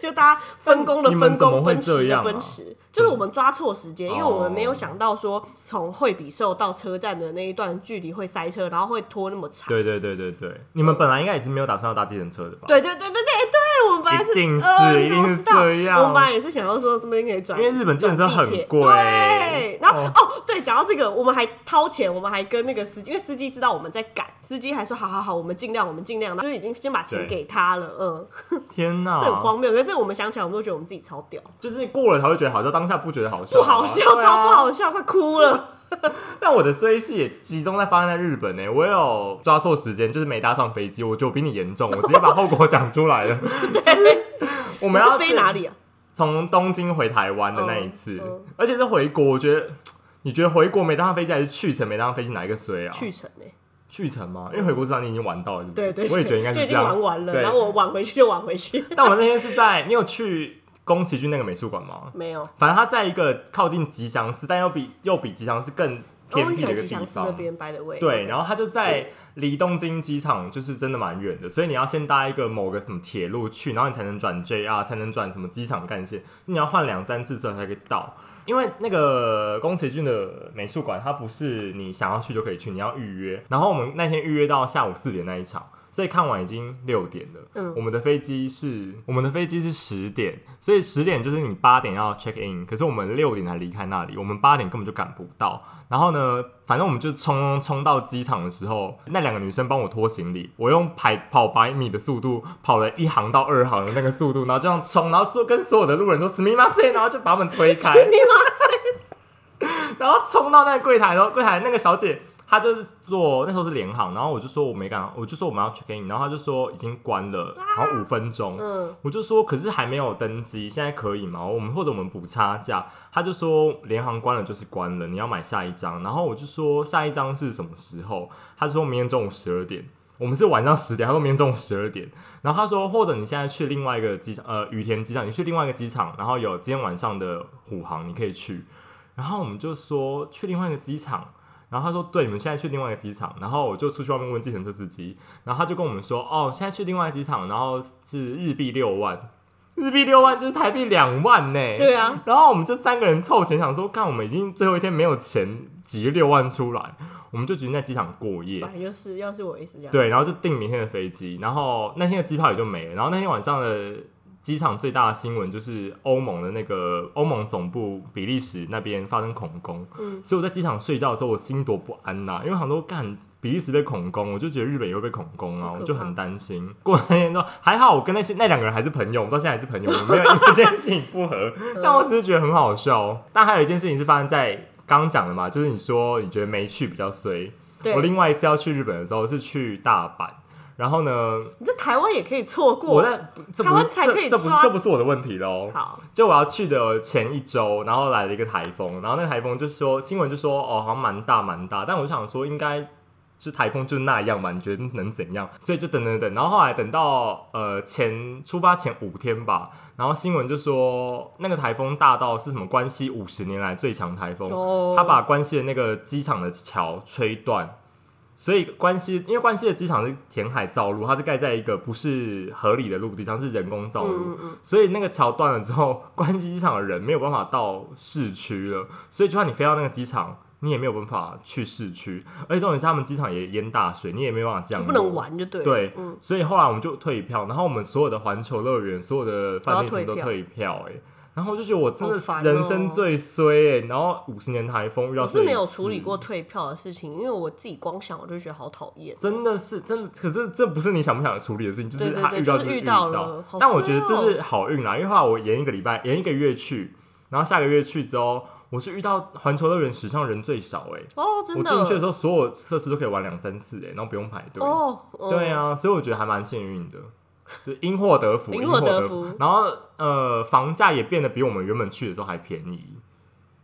[SPEAKER 1] 就大家分工的
[SPEAKER 2] 你们
[SPEAKER 1] 分
[SPEAKER 2] 怎么
[SPEAKER 1] 工，
[SPEAKER 2] 会
[SPEAKER 1] 奔
[SPEAKER 2] 这
[SPEAKER 1] 驰的
[SPEAKER 2] 样
[SPEAKER 1] 奔
[SPEAKER 2] 啊
[SPEAKER 1] 驰，就是我们抓错时间，因为
[SPEAKER 2] 哦
[SPEAKER 1] 我们没有想到说从惠比寿到车站的那一段距离会塞车，然后会拖那么长。
[SPEAKER 2] 对对对对对，你们本来应该也是没有打算要搭计程车的吧？
[SPEAKER 1] 对对对对对对，我们本来是
[SPEAKER 2] 一定是
[SPEAKER 1] 呃你
[SPEAKER 2] 一
[SPEAKER 1] 怎么
[SPEAKER 2] 定是
[SPEAKER 1] 知道
[SPEAKER 2] 这样
[SPEAKER 1] 我们本来也是想要说这边可以转，
[SPEAKER 2] 因为日本自行车很
[SPEAKER 1] 转地铁
[SPEAKER 2] 贵
[SPEAKER 1] 对，然后
[SPEAKER 2] 哦
[SPEAKER 1] 哦对，讲到这个，我们还掏钱，我们还跟那个司机，因为司机知道我们在赶，司机还说好好好，我们尽量，我们尽量，就是已经先把钱
[SPEAKER 2] 对
[SPEAKER 1] 给他了，嗯，
[SPEAKER 2] 天
[SPEAKER 1] 这很
[SPEAKER 2] 哪，
[SPEAKER 1] 荒谬。可是这我们想起来，我们都觉得我们自己超屌，
[SPEAKER 2] 就是过了才会觉得好笑，当下不觉得好笑，
[SPEAKER 1] 不好笑，
[SPEAKER 2] 对啊
[SPEAKER 1] 超不。好笑，快哭了。
[SPEAKER 2] 但我的衰事也集中在发生在日本呢、欸我有抓错时间，就是没搭上飞机，我觉得我比你严重，我直接把后果讲出来了。
[SPEAKER 1] 对，
[SPEAKER 2] 我
[SPEAKER 1] 我
[SPEAKER 2] 们要
[SPEAKER 1] 是飞哪？里啊？
[SPEAKER 2] 从东京回台湾的那一次，
[SPEAKER 1] 嗯
[SPEAKER 2] 而且是回国，我觉得。你觉得回国没搭上飞机，还是去程没搭上飞机哪一个衰啊？
[SPEAKER 1] 去程哎，
[SPEAKER 2] 去程吗？因为回国知道你已经玩到了，不
[SPEAKER 1] 对对，
[SPEAKER 2] 我也觉得应该
[SPEAKER 1] 就是已
[SPEAKER 2] 这
[SPEAKER 1] 经
[SPEAKER 2] 样。
[SPEAKER 1] 玩完了，
[SPEAKER 2] 对
[SPEAKER 1] 然后我晚回去就晚回去，
[SPEAKER 2] 但我那天是在，你有去宫崎骏那个美术馆吗？
[SPEAKER 1] 没有。
[SPEAKER 2] 反正它在一个靠近吉祥寺，但又比又比吉祥寺更
[SPEAKER 1] 我
[SPEAKER 2] 偏
[SPEAKER 1] 们
[SPEAKER 2] 僻
[SPEAKER 1] 讲
[SPEAKER 2] 的
[SPEAKER 1] 哦
[SPEAKER 2] 一个
[SPEAKER 1] 吉
[SPEAKER 2] 地
[SPEAKER 1] 祥寺
[SPEAKER 2] 方。
[SPEAKER 1] 那边掰的位，
[SPEAKER 2] 对，然后它就在离东京机场就是真的蛮远的，所以你要先搭一个某个什么铁路去，然后你才能转 JR，才能转什么机场干线，你要换两三次车才可以到。因为那个宫崎骏的美术馆，它不是你想要去就可以去，你要预约。然后我们那天预约到下午四点那一场，所以看完已经六点了。
[SPEAKER 1] 嗯
[SPEAKER 2] 我们的飞机是我们的飞机是十点，所以十点就是你八点要 check in，可是我们六点才离开那里，我们八点根本就赶不到。然后呢，反正我们就冲冲到机场的时候，那两个女生帮我拖行李，我用排跑百米的速度跑了一行到二行的那个速度，然后这样冲，然后说跟所有的路人说 s m i m a s e 然后就把我们推开。然后冲到那个柜台，然后柜台那个小姐她就是做那时候是联行，然后我就说我没敢，我就说我们要 check in，然后她就说已经关了，好像五分钟，
[SPEAKER 1] 嗯
[SPEAKER 2] 我就说可是还没有登机，现在可以吗？我们或者我们补差价，她就说联行关了就是关了，你要买下一张，然后我就说下一张是什么时候？她说明天中午十二点。我们是晚上十点，她说明天中午十二点，然后她说哦或者你现在去另外一个机场，呃，羽田机场，你去另外一个机场，然后有今天晚上的虎航，你可以去。然后我们就说去另外一个机场，然后他说对，你们现在去另外一个机场，然后我就出去外面问计程车司机，然后他就跟我们说哦，现在去另外一个机场，然后是日币六万，日币六万就是台币两万呢，
[SPEAKER 1] 对啊，
[SPEAKER 2] 然后我们就三个人凑钱，想说干，我们已经最后一天没有钱挤六万出来，我们就决定在机场过夜，
[SPEAKER 1] 反正就是要是我也是这样，
[SPEAKER 2] 对，然后就订明天的飞机，然后那天的机票也就没了。然后那天晚上的机场最大的新闻就是欧盟的那个欧盟总部比利时那边发生恐攻，
[SPEAKER 1] 嗯
[SPEAKER 2] 所以我在机场睡觉的时候，我心多不安呐、因为我想说干。比利时被恐攻，我就觉得日本也会被恐攻啊，
[SPEAKER 1] 好可怕
[SPEAKER 2] 我就很担心。过了那天之后，还好我跟那些那两个人还是朋友，我们到现在还是朋友，我们没有因为这件事情不和。
[SPEAKER 1] 嗯
[SPEAKER 2] 但我只是觉得很好笑。但还有一件事情是发生在刚刚讲的嘛，就是你说你觉得没去比较衰，
[SPEAKER 1] 对
[SPEAKER 2] 我另外一次要去日本的时候是去大阪，然后呢，
[SPEAKER 1] 你在台湾也可以错
[SPEAKER 2] 我
[SPEAKER 1] 过，
[SPEAKER 2] 在这
[SPEAKER 1] 台
[SPEAKER 2] 不
[SPEAKER 1] 湾
[SPEAKER 2] 是
[SPEAKER 1] 才可以
[SPEAKER 2] 这这不
[SPEAKER 1] 抓
[SPEAKER 2] 这不是我的问题喽。
[SPEAKER 1] 好，
[SPEAKER 2] 就我要去的前一周，然后来了一个台风，然后那个台风就说新闻就说哦，好像蛮大蛮大，但我就想说应该就台风就那样嘛，你觉得能怎样？所以就等等等，然后后来等到呃前出发前五天吧，然后新闻就说那个台风大到是什么关西五十年来最强台风，
[SPEAKER 1] 哦
[SPEAKER 2] 它把关西的那个机场的桥吹断。所以关西，因为关西的机场是填海造陆，它是盖在一个不是合理的陆地上，是人工造陆，
[SPEAKER 1] 嗯嗯嗯
[SPEAKER 2] 所以那个桥断了之后，关西机场的人没有办法到市区了，所以就算你飞到那个机场，你也没有办法去市区，而且重点是他们机场也淹大水，你也没有办法降
[SPEAKER 1] 就
[SPEAKER 2] 落，
[SPEAKER 1] 不能。玩就对了，
[SPEAKER 2] 对，
[SPEAKER 1] 嗯，
[SPEAKER 2] 所以后来我们就退票，然后我们所有的环球乐园、所有的饭店全部
[SPEAKER 1] 都
[SPEAKER 2] 都
[SPEAKER 1] 要
[SPEAKER 2] 退票、哎，然后我就觉得我真的
[SPEAKER 1] 好烦哦
[SPEAKER 2] 人生最衰哎、然后五十年台风遇到
[SPEAKER 1] 我
[SPEAKER 2] 这
[SPEAKER 1] 是
[SPEAKER 2] 一
[SPEAKER 1] 没有
[SPEAKER 2] 次
[SPEAKER 1] 处理过退票的事情，因为我自己光想我就觉得好讨厌。
[SPEAKER 2] 真的是真的，可是这不是你想不想处理的事情，就
[SPEAKER 1] 对
[SPEAKER 2] 是
[SPEAKER 1] 对
[SPEAKER 2] 他
[SPEAKER 1] 对
[SPEAKER 2] 遇到
[SPEAKER 1] 就是
[SPEAKER 2] 是
[SPEAKER 1] 遇
[SPEAKER 2] 遇
[SPEAKER 1] 到了好
[SPEAKER 2] 但我觉得
[SPEAKER 1] 衰
[SPEAKER 2] 这
[SPEAKER 1] 哦
[SPEAKER 2] 是好运啦，因为后来我延一个礼拜，延一个月去，然后下个月去之后，我是遇到环球乐园史上人最少哎、
[SPEAKER 1] 哦，真
[SPEAKER 2] 我
[SPEAKER 1] 的
[SPEAKER 2] 进去的时候所有设施都可以玩两三次哎、然后不用排队。
[SPEAKER 1] 哦，哦
[SPEAKER 2] 对，啊，所以我觉得还蛮幸运的，就是因祸得福，
[SPEAKER 1] 哦因
[SPEAKER 2] 因
[SPEAKER 1] 祸
[SPEAKER 2] 祸
[SPEAKER 1] 得
[SPEAKER 2] 得
[SPEAKER 1] 福
[SPEAKER 2] 福。然后呃，房价也变得比我们原本去的时候还便宜，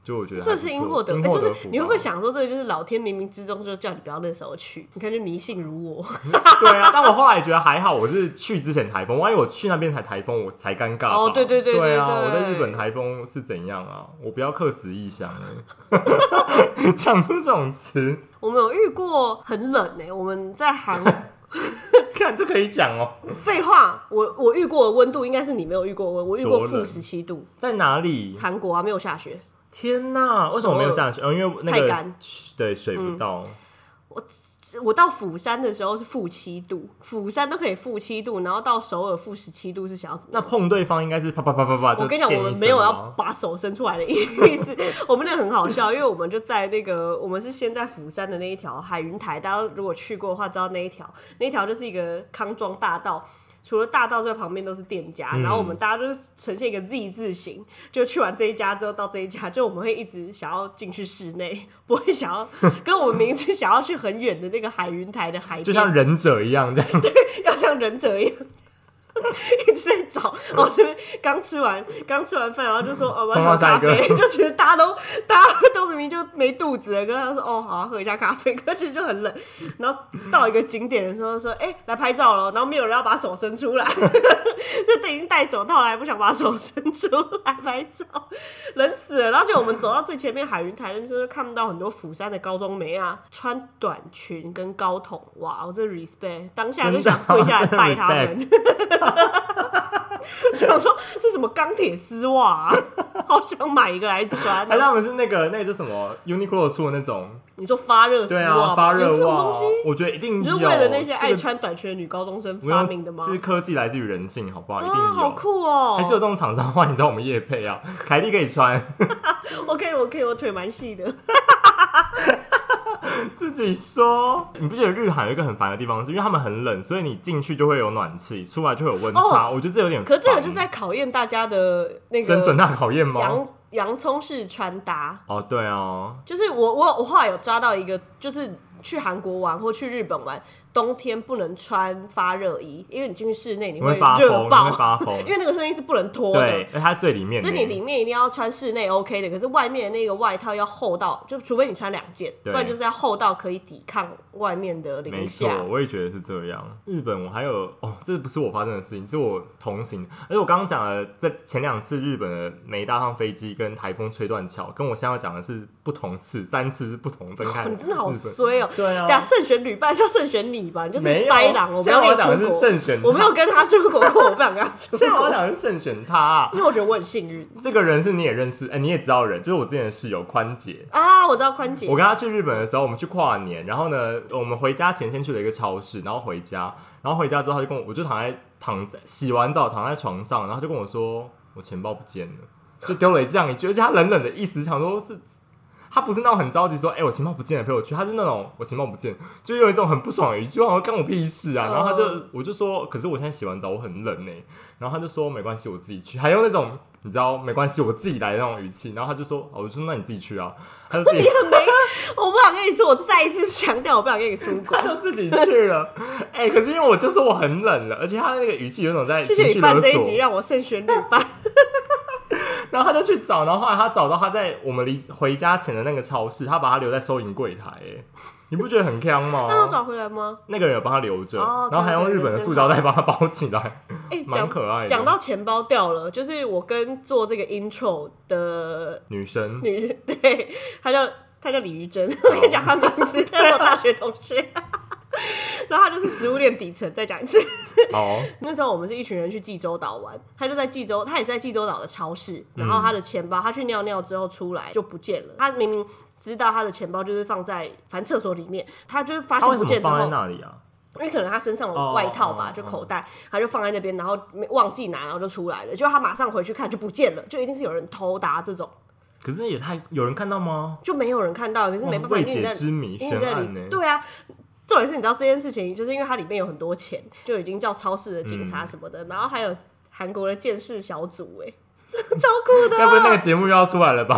[SPEAKER 2] 就我觉得还
[SPEAKER 1] 这
[SPEAKER 2] 不
[SPEAKER 1] 是
[SPEAKER 2] 错
[SPEAKER 1] 因祸得，
[SPEAKER 2] 因
[SPEAKER 1] 哎
[SPEAKER 2] 祸
[SPEAKER 1] 就
[SPEAKER 2] 得福
[SPEAKER 1] 是
[SPEAKER 2] 吧。
[SPEAKER 1] 你会不会想说，这个就是老天冥冥之中就叫你不要那时候去，你看就迷信如我，
[SPEAKER 2] 对啊，但我后来觉得还好，我是去之前台风，万一我去那边才台风，我才尴尬吧。
[SPEAKER 1] 哦对对对
[SPEAKER 2] 对
[SPEAKER 1] 对
[SPEAKER 2] 啊，
[SPEAKER 1] 对
[SPEAKER 2] 我在日本台风是怎样啊？我不要客死异乡哎， 讲出这种词，
[SPEAKER 1] 我们有遇过很冷哎、我们在韩国
[SPEAKER 2] 看这可以讲哦，
[SPEAKER 1] 废话，我我遇过的温度应该是你没有遇过的温，我遇过
[SPEAKER 2] 多
[SPEAKER 1] 负
[SPEAKER 2] 冷
[SPEAKER 1] 十七度，
[SPEAKER 2] 在哪里？
[SPEAKER 1] 韩国啊没有下雪，
[SPEAKER 2] 天哪，为什么没有下雪？嗯，因为那
[SPEAKER 1] 太
[SPEAKER 2] 个
[SPEAKER 1] 干嗯
[SPEAKER 2] 对水不到。
[SPEAKER 1] 我到釜山的时候是负七度，釜山都可以负七度，然后到首尔负十七度是想要怎么
[SPEAKER 2] 那
[SPEAKER 1] 样？
[SPEAKER 2] 碰对方应该是啪啪啪啪啪。
[SPEAKER 1] 我跟你讲，我们没有要
[SPEAKER 2] 啊
[SPEAKER 1] 把手伸出来的意思， 我们那个很好笑，因为我们就在那个，我们是先在釜山的那一条海云台，大家如果去过的话，知道那一条，那一条就是一个康庄大道。除了大道之外，旁边都是店家，然后我们大家就是呈现一个 Z 字形，就去完这一家之后到这一家，就我们会一直想要进去室内，不会想要 跟我们明知想要去很远的那个海云台的海边，
[SPEAKER 2] 就像忍者一样这样。
[SPEAKER 1] 要像忍者一样。一直在找。哦，这边刚吃完，刚吃完饭，然后就说哦，我
[SPEAKER 2] 冲
[SPEAKER 1] 要喝
[SPEAKER 2] 到
[SPEAKER 1] 咖
[SPEAKER 2] 下一个
[SPEAKER 1] 啡。 就其实大家都大家都明明就没肚子了，跟他说哦，好、啊，喝一下咖啡。可其实就很冷。然后到一个景点的时候说，哎、来拍照了。然后没有人要把手伸出来，就 已经戴手套了，还不想把手伸出来拍照，冷死了。然后就我们走到最前面海云台那边，就是看不到很多釜山的高中妹啊，穿短裙跟高筒，哇，我这 respect，当下就
[SPEAKER 2] 真的
[SPEAKER 1] 想跪下来
[SPEAKER 2] 真的
[SPEAKER 1] 拜他们。 想说这什么钢铁丝袜、啊，好想买一个来穿哦、
[SPEAKER 2] 哎， 他们是那个那个叫什么 Uniqlo 出的那种，
[SPEAKER 1] 你说发热丝袜
[SPEAKER 2] 对
[SPEAKER 1] 吗
[SPEAKER 2] 啊，发
[SPEAKER 1] 有这
[SPEAKER 2] 热
[SPEAKER 1] 种
[SPEAKER 2] 袜
[SPEAKER 1] 东西，，
[SPEAKER 2] 我觉得一定
[SPEAKER 1] 你
[SPEAKER 2] 有。
[SPEAKER 1] 是为了那些
[SPEAKER 2] 这
[SPEAKER 1] 爱
[SPEAKER 2] 个
[SPEAKER 1] 穿短裙的女高中生
[SPEAKER 2] 不用
[SPEAKER 1] 发明的吗？
[SPEAKER 2] 就是科技来自于人性，好不好？一定
[SPEAKER 1] 啊，好
[SPEAKER 2] 有。
[SPEAKER 1] 酷哦！
[SPEAKER 2] 还是有这种厂商 话，你知道我们叶配啊，凯莉可以穿，
[SPEAKER 1] 我可以，我可以，我腿蛮细的。
[SPEAKER 2] 自己说。你不觉得日韩有一个很烦的地方，是因为他们很冷，所以你进去就会有暖气，出来就会有温差。我觉得这有点烦。
[SPEAKER 1] 哦可是这个就在考验大家的那
[SPEAKER 2] 生存
[SPEAKER 1] 个
[SPEAKER 2] 大考验吗？
[SPEAKER 1] 洋洋葱式穿搭。
[SPEAKER 2] 哦，对哦，
[SPEAKER 1] 就是我我我后来有抓到一个，就是去韩国玩或去日本玩，冬天不能穿发热衣，因为你进去室内你
[SPEAKER 2] 你会发疯，
[SPEAKER 1] 热
[SPEAKER 2] 你
[SPEAKER 1] 爆
[SPEAKER 2] 会，发疯。
[SPEAKER 1] 因为那个声音是不能脱的。
[SPEAKER 2] 对，而它最里面
[SPEAKER 1] 所
[SPEAKER 2] 的，
[SPEAKER 1] 以你里面一定要穿室内 OK 的，可是外面的那个外套要厚到，就除非你穿两件，不
[SPEAKER 2] 对
[SPEAKER 1] 然就是要厚到可以抵抗外面的
[SPEAKER 2] 没
[SPEAKER 1] 零啊
[SPEAKER 2] 错
[SPEAKER 1] 下，。
[SPEAKER 2] 我也觉得是这样。日本我还有哦，这不是我发生的事情，是我同行。而且我刚刚讲了，在前两次日本的没搭上飞机跟台风吹断桥，跟我现在要讲的是不同次，三次是不同分开的日
[SPEAKER 1] 哦你
[SPEAKER 2] 本。
[SPEAKER 1] 真的好衰哦、
[SPEAKER 2] 对啊
[SPEAKER 1] 对啊，慎选旅伴是要慎选你吧，你就是
[SPEAKER 2] 没有
[SPEAKER 1] 塞狼，我不
[SPEAKER 2] 现在我
[SPEAKER 1] 要
[SPEAKER 2] 要讲
[SPEAKER 1] 跟
[SPEAKER 2] 的
[SPEAKER 1] 你出
[SPEAKER 2] 是
[SPEAKER 1] 国。
[SPEAKER 2] 慎选他，
[SPEAKER 1] 我没有跟他出国过，我不想跟他出
[SPEAKER 2] 现在我要
[SPEAKER 1] 国，
[SPEAKER 2] 讲的是慎选他、啊
[SPEAKER 1] 因为我觉得我很幸运
[SPEAKER 2] 这个人是你也认识，哎、你也知道的人，就是我之前的室友宽姐。
[SPEAKER 1] 啊。我知道宽姐
[SPEAKER 2] 我跟他去日本的时候，我们去跨年，然后呢，我们回家前先去了一个超市，然后回家，然后回家之后他就跟我，我就躺在躺在洗完澡躺在床上，然后他就跟我说我钱包不见了，就丢了这样一句，而且他冷冷的意思，想说是。他不是那种很着急说，哎、我钱包不见了，陪我去。他是那种我钱包不见，就有一种很不爽的语气，我说干我屁事啊。然后他就，我就说，可是我现在洗完澡，我很冷呢、然后他就说没关系，我自己去，还用那种你知道没关系，我自己来的那种语气。然后他就说，哦，我就说那你自己去啊。他就自己
[SPEAKER 1] 很没，我不想跟你出，我再一次强调，我不想跟你 出国
[SPEAKER 2] 他。就自己去了。 哎、可是因为我就说我很冷了，而且他那个语气有种在
[SPEAKER 1] 谢
[SPEAKER 2] 情
[SPEAKER 1] 谢
[SPEAKER 2] 绪
[SPEAKER 1] 你办
[SPEAKER 2] 勒索。
[SPEAKER 1] 这一集，让我慎选旅 伴。
[SPEAKER 2] 然后他就去找，然后后来他找到他在我们离回家前的那个超市，他把他留在收银柜台、 哎，你不觉得很坑吗？
[SPEAKER 1] 那要找回来吗？
[SPEAKER 2] 那个人有帮他留着，
[SPEAKER 1] 哦
[SPEAKER 2] 然后还用日本的塑胶袋
[SPEAKER 1] 真
[SPEAKER 2] 帮他包起来，
[SPEAKER 1] 哎，
[SPEAKER 2] 蛮
[SPEAKER 1] 讲
[SPEAKER 2] 可爱的。
[SPEAKER 1] 讲到钱包掉了，就是我跟做这个 intro 的
[SPEAKER 2] 女生，
[SPEAKER 1] 女， 对，她叫她叫李玉珍， 我跟你讲她名字，她是我大学同学。 然后她就是食物链底层，再讲一次。
[SPEAKER 2] 哦，
[SPEAKER 1] 那时候我们是一群人去济州岛玩，她就在济州，她也是在济州岛的超市，然后她的钱包，她去尿尿之后出来就不见了，她明明。知道她的钱包就是放在反正厕所里面，她就是发
[SPEAKER 2] 他为
[SPEAKER 1] 现
[SPEAKER 2] 什
[SPEAKER 1] 不见
[SPEAKER 2] 么
[SPEAKER 1] 之后
[SPEAKER 2] 放，在那里啊？
[SPEAKER 1] 因为可能他身上有外套吧，
[SPEAKER 2] 哦哦哦
[SPEAKER 1] 就口袋，他就放在那边，然后没忘记拿，然后就出来了。结果他马上回去看，就不见了，就一定是有人偷搭这种，
[SPEAKER 2] 可是也太有人看到吗？
[SPEAKER 1] 就没有人看到，可是没办法，
[SPEAKER 2] 哇
[SPEAKER 1] 因为你在
[SPEAKER 2] 未解之谜
[SPEAKER 1] 因为你在
[SPEAKER 2] 悬
[SPEAKER 1] 里
[SPEAKER 2] 案呢
[SPEAKER 1] 对啊。重点是，你知道这件事情，就是因为它里面有很多钱，就已经叫超市的警察什么的，
[SPEAKER 2] 嗯
[SPEAKER 1] 然后还有韩国的监视小组、哎， 超酷的啊、
[SPEAKER 2] 要不那个节目又要出来 了吧？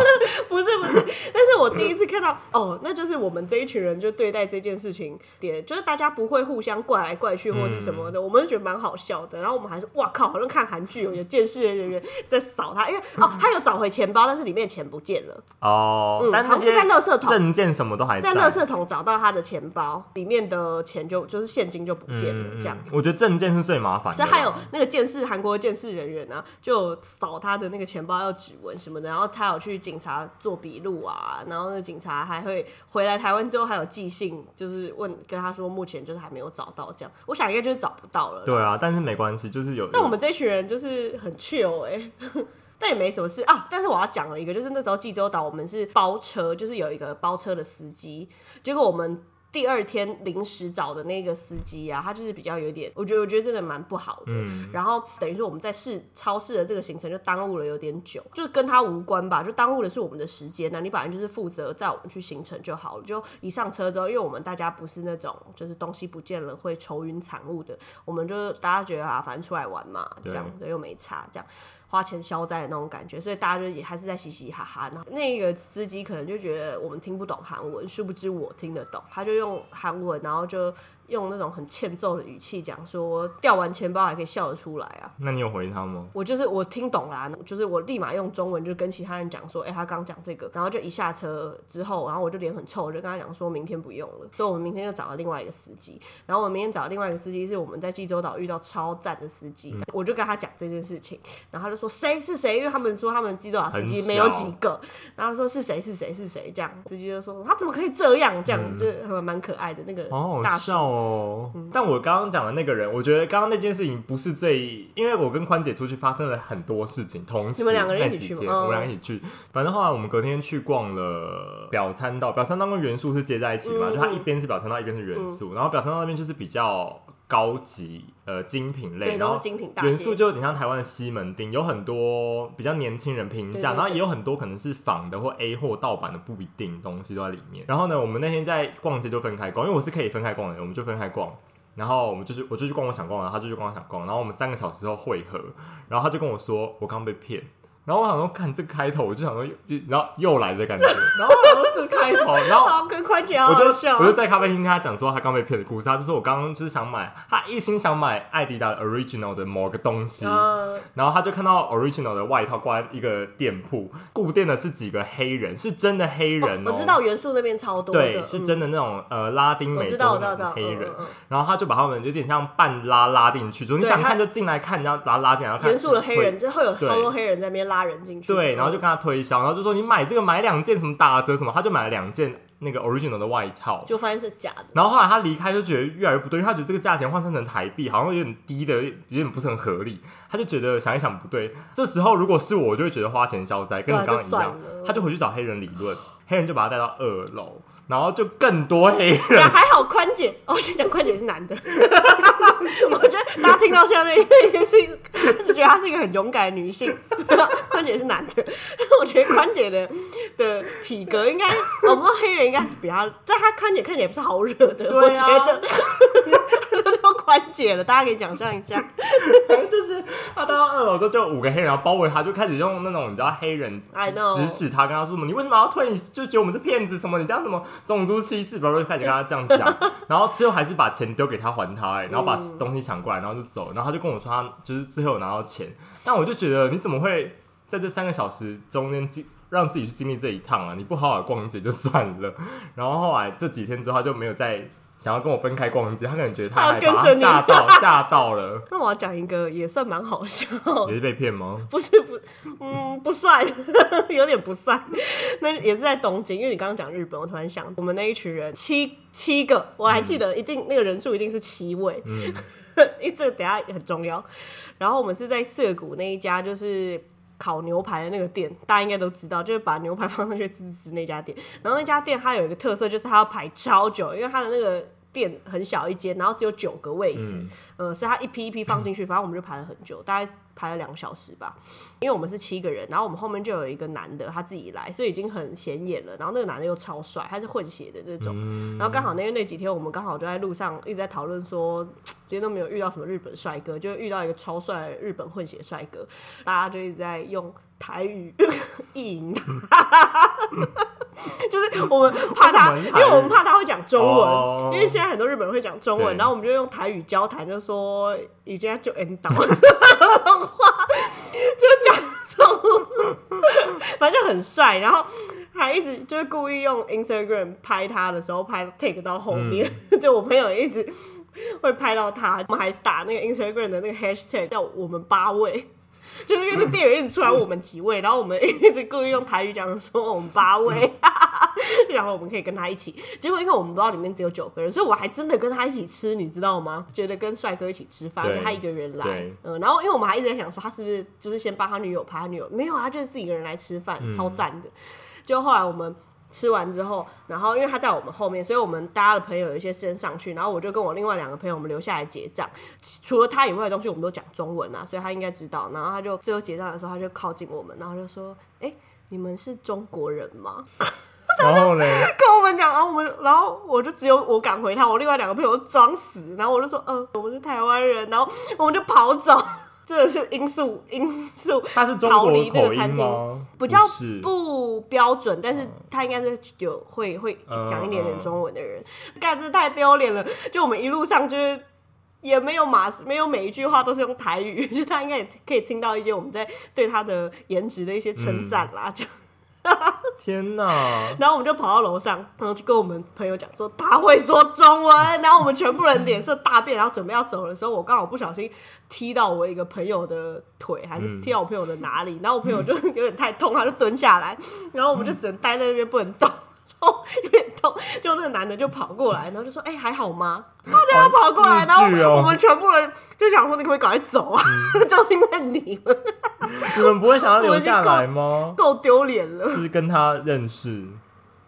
[SPEAKER 1] 不是不是，但是我第一次看到，哦，那就是我们这一群人就对待这件事情，也就是大家不会互相怪来怪去或是什
[SPEAKER 2] 嗯
[SPEAKER 1] 么的，我们就觉得蛮好笑的。然后我们还说，哇靠，好像看韩剧哦，有见识的人员在扫他，因为哦，他有找回钱包，但是里面钱不见了，
[SPEAKER 2] 哦，但
[SPEAKER 1] 嗯好
[SPEAKER 2] 那
[SPEAKER 1] 像是
[SPEAKER 2] 些
[SPEAKER 1] 在垃圾桶。
[SPEAKER 2] 证件什么都还
[SPEAKER 1] 在垃圾桶找到他的钱包，里面的钱就就是现金就不见了，这样
[SPEAKER 2] 嗯我觉得证件是最麻烦的
[SPEAKER 1] 所
[SPEAKER 2] 啦。
[SPEAKER 1] 以还有那个监视韩国的监视人员啊，就扫他的那个钱包要指纹什么的，然后他有去警察做笔录啊，然后那个警察还会回来台湾之后还有寄信，就是问跟他说目前就是还没有找到这样，我想应该就是找不到了。
[SPEAKER 2] 对啊，但是没关系，就是有。
[SPEAKER 1] 但我们这群人就是很 chill 哎、 但也没什么事啊。但是我要讲了一个，就是那时候济州岛我们是包车，就是有一个包车的司机，结果我们。第二天临时找的那个司机啊，他就是比较有点，我觉得我觉得真的蛮不好的。然后等于说我们在市超市的这个行程就耽误了有点久，就跟他无关吧，就耽误的是我们的时间那你本来就是负责载我们去行程就好了。就一上车之后，因为我们大家不是那种就是东西不见了会愁云惨雾的，我们就大家觉得啊，反正出来玩嘛，这
[SPEAKER 2] 对
[SPEAKER 1] 样子又没差，这样花钱消灾的那种感觉，所以大家就也还是在嘻嘻哈哈。然后那个司机可能就觉得我们听不懂韩文，殊不知我听得懂，他就用韩文，然后就用那种很欠揍的语气讲说，掉完钱包还可以笑得出来啊。
[SPEAKER 2] 那你有回他吗？
[SPEAKER 1] 我就是我听懂啦，就是我立马用中文就跟其他人讲说，哎、他刚讲这个，然后就一下车之后，然后我就脸很臭，我就跟他讲说明天不用了，所以我们明天就找了另外一个司机，然后我们明天找另外一个司机是我们在济州岛遇到超赞的司机，
[SPEAKER 2] 嗯
[SPEAKER 1] 我就跟他讲这件事情，然后他就说谁是谁，因为他们说他们济州岛司机
[SPEAKER 2] 很少
[SPEAKER 1] 没有几个，然后他说是谁是谁是谁这样，司机就说他怎么可以这样这样，就是很蛮可爱的那个
[SPEAKER 2] 嗯好
[SPEAKER 1] 大
[SPEAKER 2] 好
[SPEAKER 1] 叔，嗯
[SPEAKER 2] 笑哦！但我刚刚讲的那个人，我觉得刚刚那件事情不是最，因为我跟宽姐出去发生了很多事情，同时
[SPEAKER 1] 你们两个人一起
[SPEAKER 2] 那几
[SPEAKER 1] 去吗
[SPEAKER 2] 天
[SPEAKER 1] 嗯
[SPEAKER 2] 我们两个一起去。反正后来我们隔天去逛了表参道，表参道跟元素是接在一起嘛，
[SPEAKER 1] 嗯
[SPEAKER 2] 就它一边是表参道，一边是元素，然后表参道那边就是比较高级。呃，精品类，
[SPEAKER 1] 对
[SPEAKER 2] 然
[SPEAKER 1] 都
[SPEAKER 2] 后
[SPEAKER 1] 是精品大街
[SPEAKER 2] 元 素就有点像台湾的西门町，有很多比较年轻人平
[SPEAKER 1] 对对
[SPEAKER 2] 价，然后
[SPEAKER 1] 对
[SPEAKER 2] 也有很多可能是仿的或 A 货盗版的不一定东西都在里面。然后呢，我们那天在逛街就分开逛，因为我是可以分开逛的，我们就分开逛。然后我们就是我就去逛我想逛的，他就去逛我想逛的，然后我们三个小时后会合，然后他就跟我说我刚被骗。然后我想说，看这开头，我就想说，就然后又来的 感觉。然后我想说这开头，然后
[SPEAKER 1] 好跟宽姐好
[SPEAKER 2] 我就
[SPEAKER 1] 好笑啊
[SPEAKER 2] 我就在咖啡厅跟他讲说他刚被骗的故事，他就说我刚刚就是想买，他一心想买艾迪达的 original 的某个东西，
[SPEAKER 1] 嗯
[SPEAKER 2] 然后他就看到 original 的外套挂在一个店铺，固定的是几个黑人，是真的黑人、哦
[SPEAKER 1] 我知道元素那边超多的，
[SPEAKER 2] 对，是真的那种、呃拉丁
[SPEAKER 1] 嗯，我
[SPEAKER 2] 美
[SPEAKER 1] 知
[SPEAKER 2] 洲
[SPEAKER 1] 道，我知道，我知
[SPEAKER 2] 的
[SPEAKER 1] 道，
[SPEAKER 2] 黑人，
[SPEAKER 1] 嗯嗯嗯
[SPEAKER 2] 然后他就把他们有点像半拉拉进去，就是你
[SPEAKER 1] 对
[SPEAKER 2] 想
[SPEAKER 1] 他
[SPEAKER 2] 看就进来看，然后拉拉进来，然后看
[SPEAKER 1] 严肃的黑人，嗯
[SPEAKER 2] 会。
[SPEAKER 1] 就会有
[SPEAKER 2] 对
[SPEAKER 1] 超多黑人在那边拉人进去。
[SPEAKER 2] 对，然后就跟他推销，然后就说你买这个买两件什么打折什么，他就买了两件那个 original 的外套，
[SPEAKER 1] 就发现是 假的。
[SPEAKER 2] 然后后来他离开就觉得越来越不对，因为他觉得这个价钱换算成台币好像有点低的，有点不是很合理。他就觉得想一想不对。这时候如果是我，我就会觉得花钱消灾，跟你刚刚一
[SPEAKER 1] 对啊
[SPEAKER 2] 样
[SPEAKER 1] 就算了，
[SPEAKER 2] 他就回去找黑人理论，黑人就把他带到二楼，然后就更多黑人。
[SPEAKER 1] 但啊还好宽姐，哦，我先讲宽姐是男的。 我觉得大家听到下面，因为也是一个，是觉得她是一个很勇敢的女性。 宽姐是男的，但我觉得宽姐的的体格应该，我不知道黑人应该是比较，在她宽姐看起来不是好惹的。我
[SPEAKER 2] 对啊
[SPEAKER 1] 觉得 这就宽姐了，大家可以想象一下。
[SPEAKER 2] 就是他带到二楼之后，就有五个黑人然后包围他，就开始用那种你知道黑人
[SPEAKER 1] I know
[SPEAKER 2] 指使他，跟他说什么你为什么要退？就觉得我们是骗子什么？你这样什么种族歧视？然后就开始跟他这样讲，然后最后还是把钱丢给他还他、哎，然后把
[SPEAKER 1] 嗯
[SPEAKER 2] 东西抢过来，然后就走。然后他就跟我说他就是最后有拿到钱，但我就觉得你怎么会在这三个小时中间经让自己去经历这一趟啊？你不好好逛街就算了，然后后来这几天之后他就没有再。想要跟我分开逛街，他可能觉得太害
[SPEAKER 1] 他要
[SPEAKER 2] 怕，
[SPEAKER 1] 跟着
[SPEAKER 2] 他
[SPEAKER 1] 你
[SPEAKER 2] 吓到吓到了，
[SPEAKER 1] 那我要讲一个也算蛮好笑
[SPEAKER 2] 也是被骗 吗？
[SPEAKER 1] 不是不，嗯，不算， 有点不算。那也是在东京，因为你刚刚讲日本，我突然想，我们那一群人七七个，我还记得一定、那个人数一定是七位， 因为这个等一下很重要。然后我们是在涩谷那一家，就是。烤牛排的那个店，大家应该都知道，就是把牛排放上去滋滋那家店。然后那家店它有一个特色，就是它要排超久，因为它的那个店很小一间，然后只有九个位置，呃，所以它一批一批放进去，反正我们就排了很久，大概排了两个小时吧。因为我们是七个人，然后我们后面就有一个男的他自己来，所以已经很显眼了。然后那个男的又超帅，他是混血的那种。
[SPEAKER 2] 嗯
[SPEAKER 1] 然后刚好那那几天我们刚好就在路上一直在讨论说，今天都没有遇到什么日本帅哥，就遇到一个超帅的日本混血帅哥，大家就一直在用台语 意淫他，就是我们怕他，
[SPEAKER 2] 为什么是
[SPEAKER 1] 因
[SPEAKER 2] 台语
[SPEAKER 1] 为我们怕他会讲中文，
[SPEAKER 2] 哦
[SPEAKER 1] 因为现在很多日本人会讲中文，
[SPEAKER 2] 对
[SPEAKER 1] 然后我们就用台语交谈，就说已经就 end 到这种话，就讲中文。 反正就很帅，然后还一直就是故意用 Instagram 拍他的时候拍 take 到后面， 就我朋友一直 会拍到他，我们还打那个 Instagram 的那个 hashtag 叫我们八位。 就是因为那店员一直出来我们几位，然后我们一直故意用台语讲说我们八位， 就想说我们可以跟他一起。结果因为我们不知道里面只有九个人，所以我还真的跟他一起吃，你知道吗？觉得跟帅哥一起吃饭，
[SPEAKER 2] 对
[SPEAKER 1] 而且他一个人来，
[SPEAKER 2] 对
[SPEAKER 1] 嗯，然后因为我们还一直在想说，他是不是就是先帮他女友拍他女友？没有啊，他就是自己一个人来吃饭，
[SPEAKER 2] 嗯
[SPEAKER 1] 超赞的。就后来我们吃完之后，然后因为他在我们后面，所以我们大家的朋友有一些先上去，然后我就跟我另外两个朋友，我们留下来结账。除了他以外的东西，我们都讲中文啊，所以他应该知道。然后他就最后结账的时候，他就靠近我们，然后就说：“哎、你们是中国人吗？”
[SPEAKER 2] 然后嘞，
[SPEAKER 1] 跟我们讲，然后啊我们，然后我就只有我敢回他，我另外两个朋友都装死，然后我就说，呃，我们是台湾人，然后我们就跑走。 真的是因素因素
[SPEAKER 2] 他是中
[SPEAKER 1] 逃
[SPEAKER 2] 国
[SPEAKER 1] 离这
[SPEAKER 2] 口
[SPEAKER 1] 个
[SPEAKER 2] 音
[SPEAKER 1] 餐厅，
[SPEAKER 2] 吗？
[SPEAKER 1] 比较
[SPEAKER 2] 是，
[SPEAKER 1] 不标准，但是他应该是有会会
[SPEAKER 2] 嗯
[SPEAKER 1] 讲一点点
[SPEAKER 2] 嗯
[SPEAKER 1] 中文的人。干这太丢脸了！就我们一路上就是。也没有马，没有每一句话都是用台语， 就他应该也可以听到一些我们在对他的颜值的一些称赞啦。就
[SPEAKER 2] 天哪！
[SPEAKER 1] 然后我们就跑到楼上，然后就跟我们朋友讲说他会说中文，然后我们全部人脸色大变，然后准备要走的时候，我刚好不小心踢到我一个朋友的腿，还是
[SPEAKER 2] 嗯
[SPEAKER 1] 踢到我朋友的哪里，然后我朋友就 有点太痛，他就蹲下来，然后我们
[SPEAKER 2] 嗯
[SPEAKER 1] 就只能待在那边不能动。然后有点痛，就那个男的就跑过来，然后就说：“哎、还好吗？”他就要跑过来，
[SPEAKER 2] 日
[SPEAKER 1] 然后
[SPEAKER 2] 剧哦
[SPEAKER 1] 我们全部人就想说：“你可不可以赶快走啊？” 就是因为你们
[SPEAKER 2] 你们不会想要留下来吗？
[SPEAKER 1] 够丢脸了。
[SPEAKER 2] 就是跟他认识，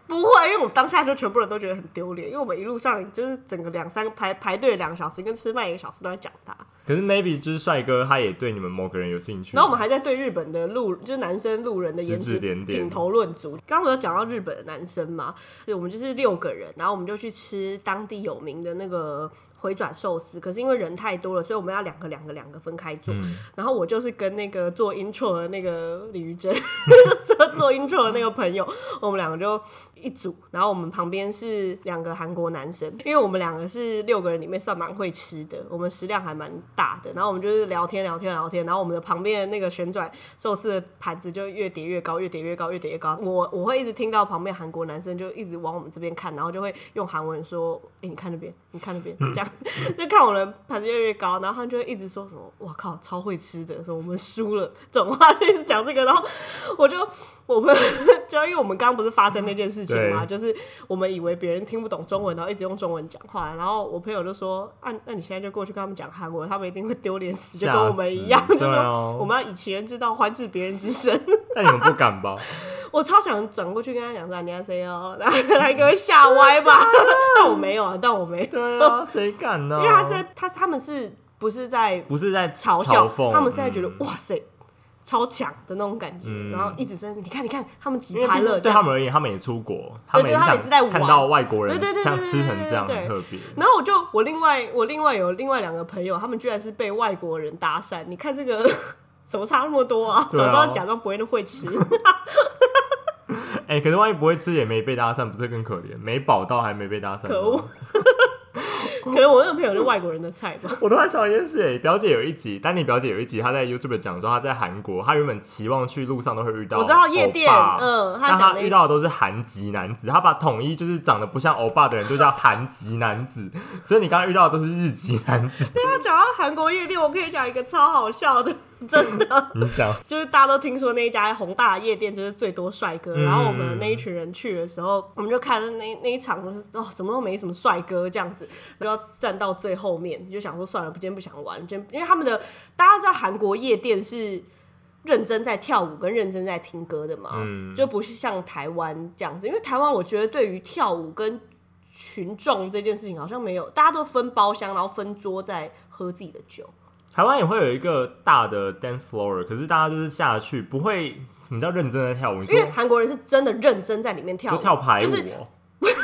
[SPEAKER 1] 不会，因为我们当下就全部人都觉得很丢脸，因为我们一路上就是整个两三排排队两个小时，跟吃饭一个小时都在讲他，
[SPEAKER 2] 可是 maybe 就是帅哥，他也对你们某个人有兴趣。
[SPEAKER 1] 然后我们还在对日本的路就是男生路人的颜
[SPEAKER 2] 指
[SPEAKER 1] 值
[SPEAKER 2] 指点点
[SPEAKER 1] 品头论足。刚刚不是有讲到日本的男生嘛，我们就是六个人，然后我们就去吃当地有名的那个回转寿司，可是因为人太多了，所以我们要两个两个两个分开坐。
[SPEAKER 2] 嗯
[SPEAKER 1] 然后我就是跟那个做 intro 的那个李玉珍，就是 做做 intro 的那个朋友，我们两个就一组，然后我们旁边是两个韩国男生，因为我们两个是六个人里面算蛮会吃的，我们食量还蛮大的，然后我们就是聊天聊天聊天，然后我们的旁边的那个旋转寿司的盘子就越叠越高，越叠越高，越叠越高，我我会一直听到旁边韩国男生就一直往我们这边看，然后就会用韩文说：“哎、你看那边，你看那边。”这样就看我的盘子越来越高，然后他们就会一直说什么“哇靠，超会吃的”，说我们输了，这种话 就一直讲这个，然后 我就我们就因为我们刚刚不是发生那件事情嘛，
[SPEAKER 2] 对
[SPEAKER 1] 就是我们以为别人听不懂中文，然后一直用中文讲话，然后我朋友就说：“啊，那你现在就过去跟他们讲韩文，他们一定会丢脸死，就
[SPEAKER 2] 吓
[SPEAKER 1] 跟我们一样，就
[SPEAKER 2] 死对
[SPEAKER 1] 说、
[SPEAKER 2] 啊
[SPEAKER 1] 我们要以其人之道还治别人之身。”
[SPEAKER 2] 但你们不敢吧？
[SPEAKER 1] 我超想转过去跟他讲说你要谁哦，然后他应该会吓歪吧？ 但我没有啊，但我没有，
[SPEAKER 2] 对啊，谁敢呢、
[SPEAKER 1] 因为他是在他他们是不是在
[SPEAKER 2] 不是在
[SPEAKER 1] 嘲笑
[SPEAKER 2] 嘲讽，
[SPEAKER 1] 他们是在觉得、
[SPEAKER 2] 嗯
[SPEAKER 1] 哇塞超强的那种感觉，然后一直升，你看你看他们
[SPEAKER 2] 因
[SPEAKER 1] 几
[SPEAKER 2] 为毕
[SPEAKER 1] 排
[SPEAKER 2] 竟
[SPEAKER 1] 了，这
[SPEAKER 2] 对
[SPEAKER 1] 样
[SPEAKER 2] 他们而言，他们也出国，他们
[SPEAKER 1] 对他们
[SPEAKER 2] 想
[SPEAKER 1] 也是在玩
[SPEAKER 2] 看到外国
[SPEAKER 1] 对
[SPEAKER 2] 人
[SPEAKER 1] 对对对
[SPEAKER 2] 像吃成这样
[SPEAKER 1] 对对
[SPEAKER 2] 很特别。
[SPEAKER 1] 然后我就我另外我另外有另外两个朋友，他们居然是被外国人搭讪，你看这个 怎么差那么多啊？
[SPEAKER 2] 对啊
[SPEAKER 1] 早知道假装不会那么会吃。
[SPEAKER 2] 哎、可是万一不会吃也没被搭讪，不是更可怜？没饱到还没被搭讪，
[SPEAKER 1] 可恶！ 可能我那个朋友是外国人的菜吧，
[SPEAKER 2] 我突然想一件事、哎，表姐有一集，丹尼表姐有一集，她在 YouTube 讲说她在韩国，她原本期望去路上都会遇到，
[SPEAKER 1] 我知道夜店，嗯，他
[SPEAKER 2] 但
[SPEAKER 1] 讲
[SPEAKER 2] 她
[SPEAKER 1] 那
[SPEAKER 2] 遇
[SPEAKER 1] 个
[SPEAKER 2] 到的都是韩籍男子，她把统一就是长得不像欧巴的人就叫韩籍男子， 所以你刚刚遇到的都是日籍男子。
[SPEAKER 1] 他讲到韩国夜店，我可以讲一个超好笑的， 真的，
[SPEAKER 2] 你讲，
[SPEAKER 1] 就是大家都听说那一家宏大夜店就是最多帅哥，
[SPEAKER 2] 嗯
[SPEAKER 1] 然后我们那一群人去的时候，我们就看那那一场，就是哦，怎么都没什么帅哥这样子，然后站到最后面，就想说算了，今天不想玩，今天因为他们的大家知道韩国夜店是。认真在跳舞跟认真在听歌的嘛，
[SPEAKER 2] 嗯
[SPEAKER 1] 就不是像台湾这样子。因为台湾我觉得对于跳舞跟群众这件事情好像没有，大家都分包厢，然后分桌在喝自己的酒。
[SPEAKER 2] 台湾也会有一个大的 dance floor，可是大家就是下去不会什么叫认真的跳舞，你
[SPEAKER 1] 因为
[SPEAKER 2] 说
[SPEAKER 1] 韩国人是真的认真在里面跳
[SPEAKER 2] 就
[SPEAKER 1] 舞，
[SPEAKER 2] 跳排舞、
[SPEAKER 1] 就
[SPEAKER 2] 哦，
[SPEAKER 1] 是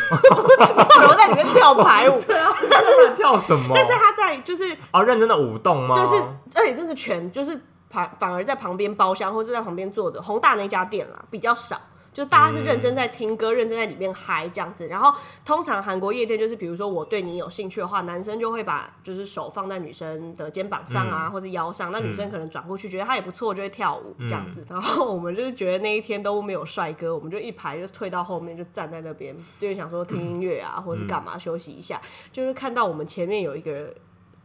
[SPEAKER 1] 留在里面跳排舞。
[SPEAKER 2] 但是跳什么？
[SPEAKER 1] 但是他在就是
[SPEAKER 2] 哦，认真的舞动吗？
[SPEAKER 1] 就是，而且这是全就是反反而在旁边包厢或者在旁边坐的宏大那家店啦比较少。就大家是认真在听歌，认真在里面嗨这样子。然后通常韩国夜店就是，比如说我对你有兴趣的话，男生就会把就是手放在女生的肩膀上啊，或者腰上，那女生可能转过去觉得她也不错，就会跳舞这样子。然后我们就是觉得那一天都没有帅哥，我们就一排就退到后面，就站在那边，就是想说听音乐啊，或者是干嘛休息一下。就是看到我们前面有一个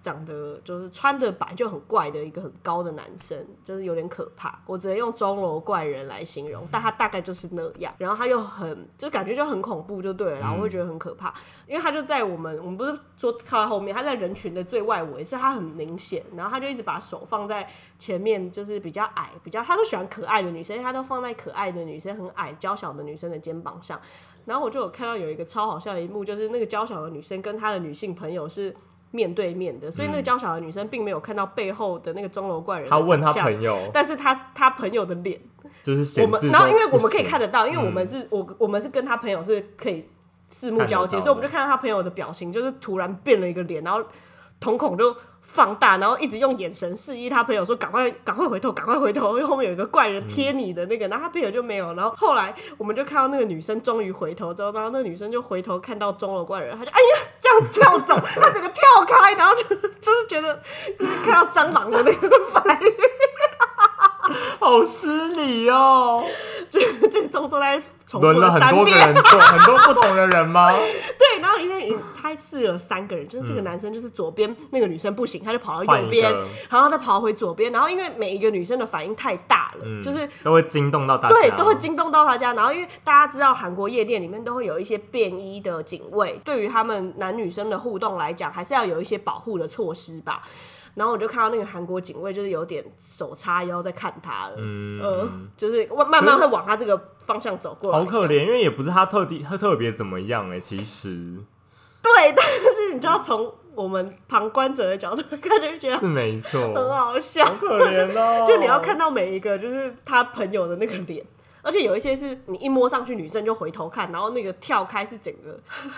[SPEAKER 1] 长得就是穿的本来就很怪的一个很高的男生，就是有点可怕。我只能用钟楼怪人来形容，但他大概就是那样。然后他又很就感觉就很恐怖，就对了啦。然后我会觉得很可怕，因为他就在我们我们不是说靠在后面，他在人群的最外围，所以他很明显。然后他就一直把手放在前面，就是比较矮，比较他都喜欢可爱的女生，他都放在可爱的女生很矮娇小的女生的肩膀上。然后我就有看到有一个超好笑的一幕，就是那个娇小的女生跟她的女性朋友是面对面的，所以那个娇小的女生并没有看到背后的那个钟楼怪人。
[SPEAKER 2] 他问他朋，友，
[SPEAKER 1] 但是 她她朋友的脸，
[SPEAKER 2] 就是
[SPEAKER 1] 我
[SPEAKER 2] 显
[SPEAKER 1] 们
[SPEAKER 2] 示，
[SPEAKER 1] 然后因为我们可以看，得到，因为我
[SPEAKER 2] 嗯
[SPEAKER 1] 们是、我我们是跟她朋友是可以四目交接，
[SPEAKER 2] 看得到的
[SPEAKER 1] 所以我们就看到她朋友的表情，就是突然变了一个脸，然后瞳孔就放大，然后一直用眼神示意他朋友说：“赶快，赶快回头，赶快回头，因为后面有一个怪人贴你的那个。然后他朋友就没
[SPEAKER 2] 嗯
[SPEAKER 1] 有。然后后来我们就看到那个女生终于回头之后，然后那个女生就回头看到中了怪人，她就哎呀这样跳走，她整个跳开，然后就就是觉得就是看到蟑螂的那个反应，
[SPEAKER 2] 好失礼哦！
[SPEAKER 1] 就是这个动作大概重复
[SPEAKER 2] 轮了很
[SPEAKER 1] 三
[SPEAKER 2] 多个
[SPEAKER 1] 遍。
[SPEAKER 2] 人做，很多不同的人 吗？
[SPEAKER 1] 对，然后因为他试了三个人，就是这个男生就是左边、那个女生不行，他就跑到右边
[SPEAKER 2] 换一个，
[SPEAKER 1] 然后再跑回左边，然后因为每一个女生的反应太大了，就是。
[SPEAKER 2] 都会惊动嗯到大家，
[SPEAKER 1] 对，都会惊动到他家。然后，因为大家知道韩国夜店里面都会有一些便衣的警卫，对于他们男女生的互动来讲，还是要有一些保护的措施吧。然后我就看到那个韩国警卫就是有点手叉腰在看他了，嗯、呃，就是慢慢会往他这个方向走过来。
[SPEAKER 2] 好可怜，因为也不是他特地他特别怎么样哎、其实
[SPEAKER 1] 对，但是你知道，从我们旁观者的角度看，就会觉得
[SPEAKER 2] 是没错，
[SPEAKER 1] 很好笑。
[SPEAKER 2] 好可怜哦。
[SPEAKER 1] 就你要看到每一个，就是他朋友的那个脸，而且有一些是你一摸上去，女生就回头看，然后那个跳开是整个，
[SPEAKER 2] 嗯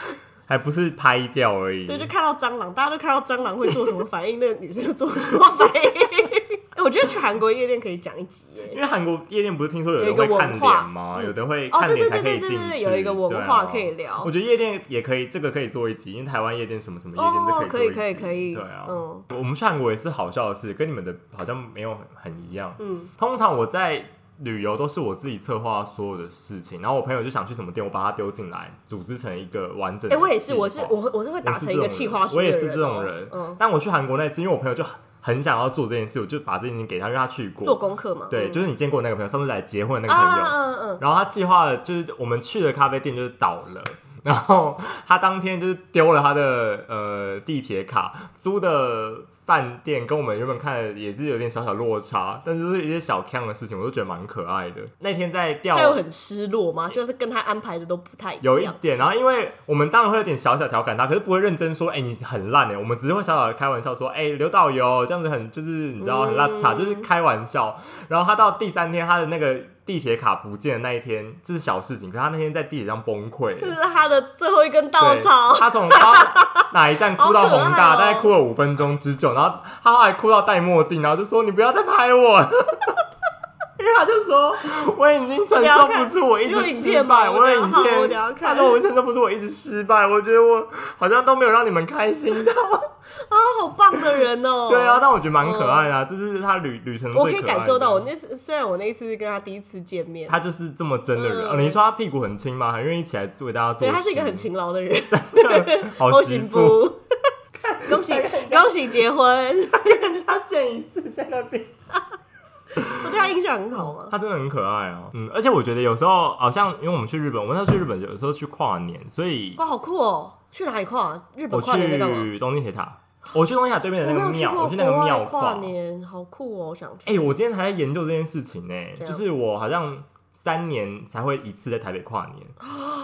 [SPEAKER 2] 还不是拍掉而已，
[SPEAKER 1] 对，就看到蟑螂，大家都看到蟑螂会做什么反应，那个女生就做什么反应。 哎我觉得去韩国夜店可以讲一集耶。
[SPEAKER 2] 因为韩国夜店不是听说有
[SPEAKER 1] 有
[SPEAKER 2] 人
[SPEAKER 1] 一个
[SPEAKER 2] 会看
[SPEAKER 1] 文化
[SPEAKER 2] 脸吗？有的会
[SPEAKER 1] 哦
[SPEAKER 2] 看
[SPEAKER 1] 对
[SPEAKER 2] 脸
[SPEAKER 1] 对
[SPEAKER 2] 才可
[SPEAKER 1] 对
[SPEAKER 2] 以
[SPEAKER 1] 对
[SPEAKER 2] 进
[SPEAKER 1] 对对
[SPEAKER 2] 去，
[SPEAKER 1] 有一个文
[SPEAKER 2] 对啊
[SPEAKER 1] 化可以聊
[SPEAKER 2] 我觉得夜店也可以，这个可以做一集，因为台湾夜店什么什么夜店
[SPEAKER 1] 哦
[SPEAKER 2] 都以做
[SPEAKER 1] 可以
[SPEAKER 2] 一集
[SPEAKER 1] 可以可以
[SPEAKER 2] 对啊，
[SPEAKER 1] 嗯
[SPEAKER 2] 我们去韩国也是好笑的是，跟你们的好像没有很很一样。嗯，通常我在。旅游都是我自己策划所有的事情，然后我朋友就想去什么店，我把他丢进来，组织成一个完整
[SPEAKER 1] 哎、
[SPEAKER 2] 的计划。
[SPEAKER 1] 我也是，我是我我是会打成一个气化书
[SPEAKER 2] 我
[SPEAKER 1] 的
[SPEAKER 2] 也
[SPEAKER 1] 人
[SPEAKER 2] 是这
[SPEAKER 1] 哦
[SPEAKER 2] 种人。
[SPEAKER 1] 嗯，
[SPEAKER 2] 但我去韩国那次，因为我朋友就很很想要做这件事，我就把这件事情给他，因为他去过。
[SPEAKER 1] 做功课嘛，
[SPEAKER 2] 对，
[SPEAKER 1] 嗯
[SPEAKER 2] 就是你见过那个朋友，上次来结婚的那个朋友，
[SPEAKER 1] 啊嗯嗯，
[SPEAKER 2] 然后他计划了，就是我们去的咖啡店就是倒了。 然后他当天就是丢了他的呃地铁卡，租的饭店跟我们原本看的也是有点小小落差，但是就是一些小 c 的事情，我都觉得蛮可爱的。那天在钓
[SPEAKER 1] 他有很失落吗？就是跟他安排的都不太一样，
[SPEAKER 2] 有一点，然后因为我们当然会有点小小调侃他，可是不会认真说，哎、你很烂哎、我们只是会小小的开玩笑说，哎、刘导游这样子很就是你知道很拉碴，就是开玩笑。然后他到第三天，他的那个地铁卡不见的那一天，这是小事情，可是他那天在地铁上崩溃
[SPEAKER 1] 这是
[SPEAKER 2] 了。
[SPEAKER 1] 他的最后一根稻
[SPEAKER 2] 对
[SPEAKER 1] 草，。
[SPEAKER 2] 他从他哪一站哭到宏大，
[SPEAKER 1] 好可爱哦
[SPEAKER 2] 大概哭了五分钟之久，然后他后来哭到戴墨镜，然后就说：“你不要再拍我。” 因为他就说我已经承受不住，我一直失败，
[SPEAKER 1] 我
[SPEAKER 2] 我
[SPEAKER 1] 等
[SPEAKER 2] 有
[SPEAKER 1] 一下
[SPEAKER 2] 影
[SPEAKER 1] 看我
[SPEAKER 2] 片
[SPEAKER 1] 等一下，看
[SPEAKER 2] 他说我承受不住，我一直失败，我觉得我好像都没有让你们开心到。
[SPEAKER 1] 啊，好棒的人哦、
[SPEAKER 2] 对啊，，但我觉得蛮可爱的啊，这是他旅旅程
[SPEAKER 1] 我可
[SPEAKER 2] 最
[SPEAKER 1] 以
[SPEAKER 2] 爱的
[SPEAKER 1] 感受到，我那次虽然我那一次是跟他第一次见面，
[SPEAKER 2] 他就是这么真的人。
[SPEAKER 1] 嗯
[SPEAKER 2] 哦你说他屁股很轻吗？很愿意起来为大家做
[SPEAKER 1] 对
[SPEAKER 2] 事，
[SPEAKER 1] 他是一个很勤劳的人，
[SPEAKER 2] 好
[SPEAKER 1] 我
[SPEAKER 2] 媳
[SPEAKER 1] 幸
[SPEAKER 2] 妇，
[SPEAKER 1] 福。恭喜恭喜结婚！
[SPEAKER 2] 他见一次在那边。
[SPEAKER 1] 我对他印象很好啊。
[SPEAKER 2] 他真的很可爱哦，嗯，而且我觉得有时候好像，因为我们去日本，我那时候去日本有时候去跨年，所以
[SPEAKER 1] 哇，好酷哦！去哪里跨、日
[SPEAKER 2] 我
[SPEAKER 1] 本跨年在干嘛？
[SPEAKER 2] 去东京铁塔，我去东京铁塔对面的
[SPEAKER 1] 我
[SPEAKER 2] 那
[SPEAKER 1] 没有
[SPEAKER 2] 个
[SPEAKER 1] 去
[SPEAKER 2] 庙，
[SPEAKER 1] 过
[SPEAKER 2] 我去那个
[SPEAKER 1] 国外
[SPEAKER 2] 庙
[SPEAKER 1] 跨年，好酷哦！我想
[SPEAKER 2] 哎、
[SPEAKER 1] 去。
[SPEAKER 2] 我今天还在研究这件事情呢、
[SPEAKER 1] 这样
[SPEAKER 2] 就是我好像三年才会一次在台北跨 年，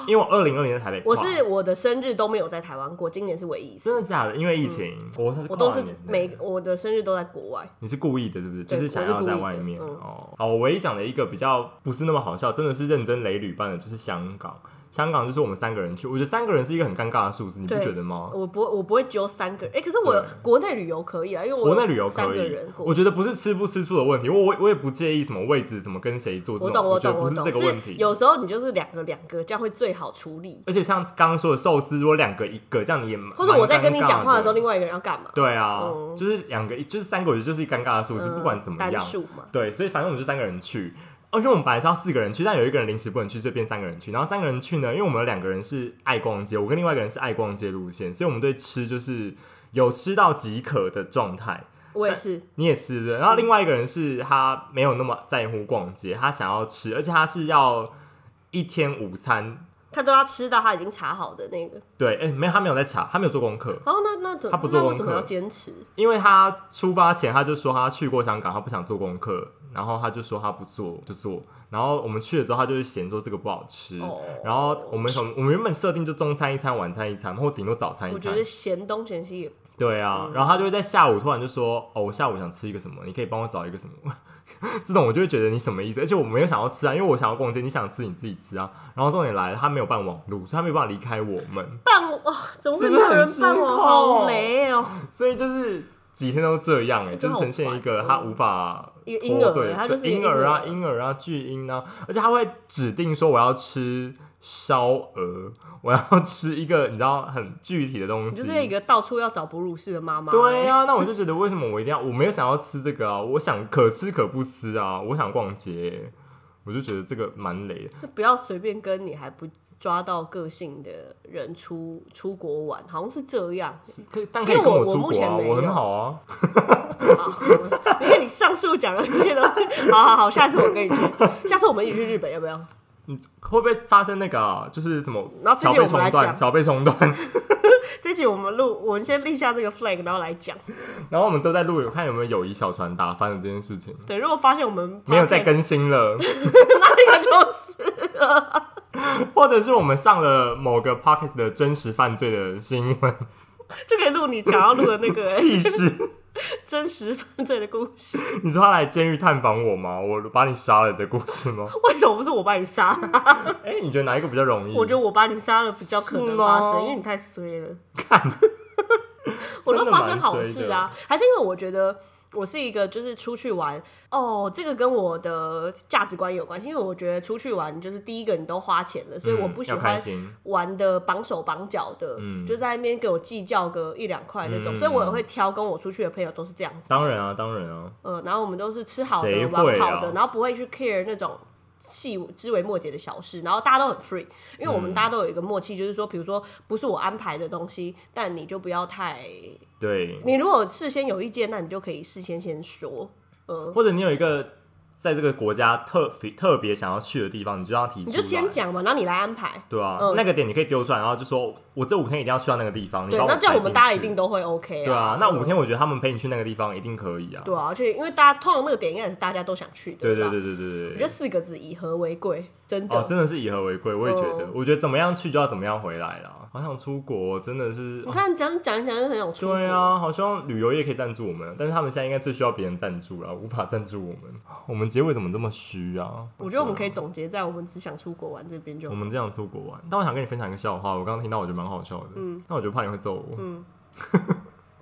[SPEAKER 2] 因为我二零二零在台北跨，
[SPEAKER 1] 我是我的生日都没有在台湾过，今年是唯一一
[SPEAKER 2] 真
[SPEAKER 1] 次。
[SPEAKER 2] 的假的？因为疫情，我是
[SPEAKER 1] 嗯我都
[SPEAKER 2] 跨
[SPEAKER 1] 是
[SPEAKER 2] 年的欸
[SPEAKER 1] 每我的生日都在国外。
[SPEAKER 2] 你是故意的，对不对？
[SPEAKER 1] 对
[SPEAKER 2] 就是想要在外面、
[SPEAKER 1] 我是故意的嗯
[SPEAKER 2] 哦。好，我唯一讲的一个比较不是那么好笑，真的是认真雷旅办的，就是香港。香港就是我们三个人去，我觉得三个人是一个很尴尬的数字，你不
[SPEAKER 1] 对
[SPEAKER 2] 觉得吗？
[SPEAKER 1] 我不我不会揪三个人，哎、可是我
[SPEAKER 2] 对
[SPEAKER 1] 国内旅游可以啊，因为我
[SPEAKER 2] 国
[SPEAKER 1] 有
[SPEAKER 2] 内旅游
[SPEAKER 1] 三
[SPEAKER 2] 可
[SPEAKER 1] 个
[SPEAKER 2] 以
[SPEAKER 1] 人，过
[SPEAKER 2] 我觉得不是吃不吃素的问题，我我我也不介意什么位置，什么跟谁坐这
[SPEAKER 1] 我
[SPEAKER 2] 种，
[SPEAKER 1] 懂，我懂，
[SPEAKER 2] 觉得不
[SPEAKER 1] 我
[SPEAKER 2] 是
[SPEAKER 1] 懂。
[SPEAKER 2] 这个问题。
[SPEAKER 1] 有时候你就是两个两个，这样会最好处理。
[SPEAKER 2] 而且像刚刚说的寿司，如果两个一个，这样你也蛮
[SPEAKER 1] 或者我在
[SPEAKER 2] 蛮尴
[SPEAKER 1] 跟你
[SPEAKER 2] 尬
[SPEAKER 1] 讲话的时候，
[SPEAKER 2] 的
[SPEAKER 1] 另外一个人要干嘛？
[SPEAKER 2] 对啊，
[SPEAKER 1] 嗯
[SPEAKER 2] 就是两个，就是三个，我觉得就是一个尴尬的数字，
[SPEAKER 1] 嗯
[SPEAKER 2] 不管怎么
[SPEAKER 1] 单
[SPEAKER 2] 样，
[SPEAKER 1] 数嘛。
[SPEAKER 2] 对，所以反正我们就三个人去。而且我们本来是要四个人去，但有一个人临时不能去，就变三个人去。然后三个人去呢，因为我们有两个人是爱逛街，我跟另外一个人是爱逛街路线，所以我们对吃就是有吃到即可的状态。
[SPEAKER 1] 我也是，
[SPEAKER 2] 你也吃的，然后另外一个人是他没有那么在乎逛街，他想要吃，而且他是要一天午餐。
[SPEAKER 1] 他都要吃到他已经查好的那个。
[SPEAKER 2] 对，哎、没有，他没有在查，他没有做功课，
[SPEAKER 1] 然后那那怎
[SPEAKER 2] 他不做
[SPEAKER 1] 那为
[SPEAKER 2] 功课
[SPEAKER 1] 什么要坚持？
[SPEAKER 2] 因为他出发前他就说他去过香港，他不想做功课，然后他就说他不做就做，然后我们去了之后他就是嫌说这个不好吃，
[SPEAKER 1] 哦
[SPEAKER 2] 然后我们从我们原本设定就中餐一餐、晚餐一餐，或顶多早餐一
[SPEAKER 1] 我觉
[SPEAKER 2] 餐
[SPEAKER 1] 得，嫌东嫌西也
[SPEAKER 2] 对啊，然后他就会在下午突然就说：“哦，我下午想吃一个什么，你可以帮我找一个什么。” 这种我就会觉得你什么意思？而且我没有想要吃啊，因为我想要逛街，你想吃你自己吃啊。然后重点来了，他没有办网路，所以他没有办法离开我们，
[SPEAKER 1] 办我哇，怎么会
[SPEAKER 2] 是
[SPEAKER 1] 没
[SPEAKER 2] 不是
[SPEAKER 1] 有人
[SPEAKER 2] 很失
[SPEAKER 1] 办我？
[SPEAKER 2] 控
[SPEAKER 1] 好雷哦！
[SPEAKER 2] 所以就是几天都这样哎、
[SPEAKER 1] 真
[SPEAKER 2] 就
[SPEAKER 1] 的
[SPEAKER 2] 是
[SPEAKER 1] 好
[SPEAKER 2] 呈现一个
[SPEAKER 1] 烦哦
[SPEAKER 2] 他无法
[SPEAKER 1] 一个
[SPEAKER 2] 脱
[SPEAKER 1] 婴儿欸
[SPEAKER 2] 对
[SPEAKER 1] 他
[SPEAKER 2] 对
[SPEAKER 1] 就是一个
[SPEAKER 2] 婴儿啊，
[SPEAKER 1] 婴
[SPEAKER 2] 婴儿啊，巨婴啊，而且他会指定说我要吃烧鹅，我要吃一个你知道很具体的东
[SPEAKER 1] 你
[SPEAKER 2] 西，
[SPEAKER 1] 就是一个到处要找哺乳室的妈妈。啊
[SPEAKER 2] 对呀、那我就觉得为什么我一定要？我没有想要吃这个啊，我想可吃可不吃啊，我想逛街，欸我就觉得这个蛮累的。
[SPEAKER 1] 就不要随便跟你还不抓到个性的人出出国玩，好像是这样。
[SPEAKER 2] 可以但可以
[SPEAKER 1] 因为
[SPEAKER 2] 跟
[SPEAKER 1] 我我
[SPEAKER 2] 出
[SPEAKER 1] 目
[SPEAKER 2] 国
[SPEAKER 1] 前
[SPEAKER 2] 啊，
[SPEAKER 1] 没
[SPEAKER 2] 我很
[SPEAKER 1] 有
[SPEAKER 2] 好啊。
[SPEAKER 1] 你看你上述讲的那些东西， 好好好，下次我跟你去，下次我们一起去日本要不要？
[SPEAKER 2] 你会不会发生那个、啊、就是什么
[SPEAKER 1] 然后这
[SPEAKER 2] 桥
[SPEAKER 1] 集我
[SPEAKER 2] 被
[SPEAKER 1] 们来
[SPEAKER 2] 冲断？
[SPEAKER 1] 讲
[SPEAKER 2] 桥被冲断，
[SPEAKER 1] 这集我们录，我们先立下这个 flag，然后来讲。
[SPEAKER 2] 然后我们之后再录，看有没有友谊小船打翻了这件事情。
[SPEAKER 1] 对，如果发现我们
[SPEAKER 2] 没有再
[SPEAKER 1] podcast，
[SPEAKER 2] 更新了，
[SPEAKER 1] 那个就是
[SPEAKER 2] 或者是我们上了某个 podcast 的真实犯罪的新闻
[SPEAKER 1] 就可以录你想要录的那个、欸
[SPEAKER 2] 纪实。
[SPEAKER 1] 真实犯罪的故事。
[SPEAKER 2] 你说他来监狱探访我吗？我把你杀了的故事 吗？
[SPEAKER 1] 为什么不是我把你杀？
[SPEAKER 2] 哎、你觉得哪一个比较容易？
[SPEAKER 1] 我觉得我把你杀了比较可能发
[SPEAKER 2] 是吗
[SPEAKER 1] 生，因为你太衰 了。我都发生好事啊，还是因为我觉得我是一个就是出去玩哦，这个跟我的价值观有关系，因为我觉得出去玩就是第一个你都花钱了，所以
[SPEAKER 2] 嗯
[SPEAKER 1] 我不喜
[SPEAKER 2] 要开
[SPEAKER 1] 欢
[SPEAKER 2] 心
[SPEAKER 1] 玩的绑手绑脚的，
[SPEAKER 2] 嗯
[SPEAKER 1] 就在那边给我计较个一两块那种，
[SPEAKER 2] 嗯
[SPEAKER 1] 所以我也会挑跟我出去的朋友都是这样子，
[SPEAKER 2] 当然啊，当然啊，
[SPEAKER 1] 呃，然后我们都是吃好的、
[SPEAKER 2] 谁
[SPEAKER 1] 玩
[SPEAKER 2] 会啊
[SPEAKER 1] 好的，然后不会去 care 那种。细枝微末节的小事，然后大家都很 free，因为我们
[SPEAKER 2] 嗯
[SPEAKER 1] 大家都有一个默契，就是说，比如说不是我安排的东西，但你就不要太
[SPEAKER 2] 对。
[SPEAKER 1] 你如果事先有意见，那你就可以事先先说，呃，
[SPEAKER 2] 或者你有一个在这个国家特别特别想要去的地方，你就要提出
[SPEAKER 1] 你
[SPEAKER 2] 来，
[SPEAKER 1] 就先讲嘛，然后你来安排。
[SPEAKER 2] 对啊，
[SPEAKER 1] 嗯
[SPEAKER 2] 那个点你可以丢出来，然后就说我这五天一定要去到那个地方。
[SPEAKER 1] 对
[SPEAKER 2] 你，帮
[SPEAKER 1] 那这样
[SPEAKER 2] 排
[SPEAKER 1] 我们大家
[SPEAKER 2] 进
[SPEAKER 1] 一
[SPEAKER 2] 去
[SPEAKER 1] 定都会 OK 啊。
[SPEAKER 2] 对啊。那
[SPEAKER 1] 嗯
[SPEAKER 2] 五天我觉得他们陪你去那个地方一定可以啊。
[SPEAKER 1] 对啊，而且因为大家通常那个点应该也是大家都想去的，
[SPEAKER 2] 对
[SPEAKER 1] 吧
[SPEAKER 2] 对对。对对
[SPEAKER 1] 我
[SPEAKER 2] 对
[SPEAKER 1] 觉得
[SPEAKER 2] 对。
[SPEAKER 1] 四个字以和为贵，真的。
[SPEAKER 2] 哦，真的是以和为贵，我也觉得
[SPEAKER 1] 嗯，
[SPEAKER 2] 我觉得怎么样去就要怎么样回来啦。好想出国，真的是
[SPEAKER 1] 你。看讲讲一讲就很有出
[SPEAKER 2] 对
[SPEAKER 1] 国。
[SPEAKER 2] 啊，好像旅游业可以赞助我们，但是他们现在应该最需要别人赞助了，无法赞助我们。我们结尾怎么这么虚啊？
[SPEAKER 1] 我觉得我们可以总结在我们只想出国玩这边就
[SPEAKER 2] 我。们这样出国玩，但我想跟你分享一个笑话，我刚刚听到我觉得蛮好笑的。
[SPEAKER 1] 嗯
[SPEAKER 2] 但我觉得怕你会揍我。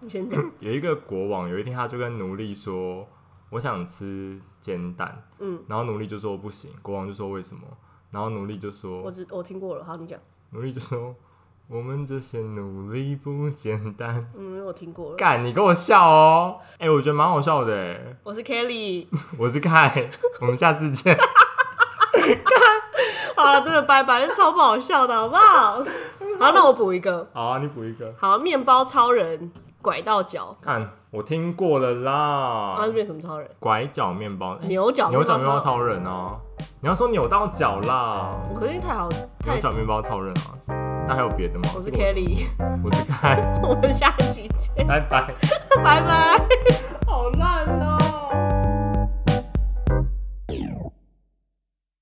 [SPEAKER 1] 你先讲，
[SPEAKER 2] 有一个国王，有一天他就跟奴隶说：“我想吃煎蛋。”
[SPEAKER 1] 嗯，
[SPEAKER 2] 然后奴隶就说不行，国王就说为什么？然后奴隶就
[SPEAKER 1] 我
[SPEAKER 2] 说，
[SPEAKER 1] 只我听过了，好，你讲。
[SPEAKER 2] 奴隶就说我们这些奴隶不简单。
[SPEAKER 1] 嗯，我听过了。
[SPEAKER 2] 干，你给我笑哦！哎、我觉得蛮好笑的哎。
[SPEAKER 1] 我是 Kelly，
[SPEAKER 2] 我是凯，我们下次见。
[SPEAKER 1] 好了，真的拜拜，这超不好笑的，好不好？好，那我补一个，
[SPEAKER 2] 好、啊，你补一个。
[SPEAKER 1] 好，面包超人拐到脚，
[SPEAKER 2] 看，我听过了
[SPEAKER 1] 啊，
[SPEAKER 2] 啦
[SPEAKER 1] 这。边什么超人？
[SPEAKER 2] 拐角面包，哎
[SPEAKER 1] 牛角
[SPEAKER 2] 牛角面包
[SPEAKER 1] 超人，
[SPEAKER 2] 超人哦、你要说扭到脚啦，
[SPEAKER 1] 可是因为太好
[SPEAKER 2] 牛
[SPEAKER 1] 太，
[SPEAKER 2] 角面包超人啊。那还有别的吗？
[SPEAKER 1] 我是 Kelly，
[SPEAKER 2] 我是凯，
[SPEAKER 1] 我们下期见，
[SPEAKER 2] 拜拜。
[SPEAKER 1] 拜拜。 哦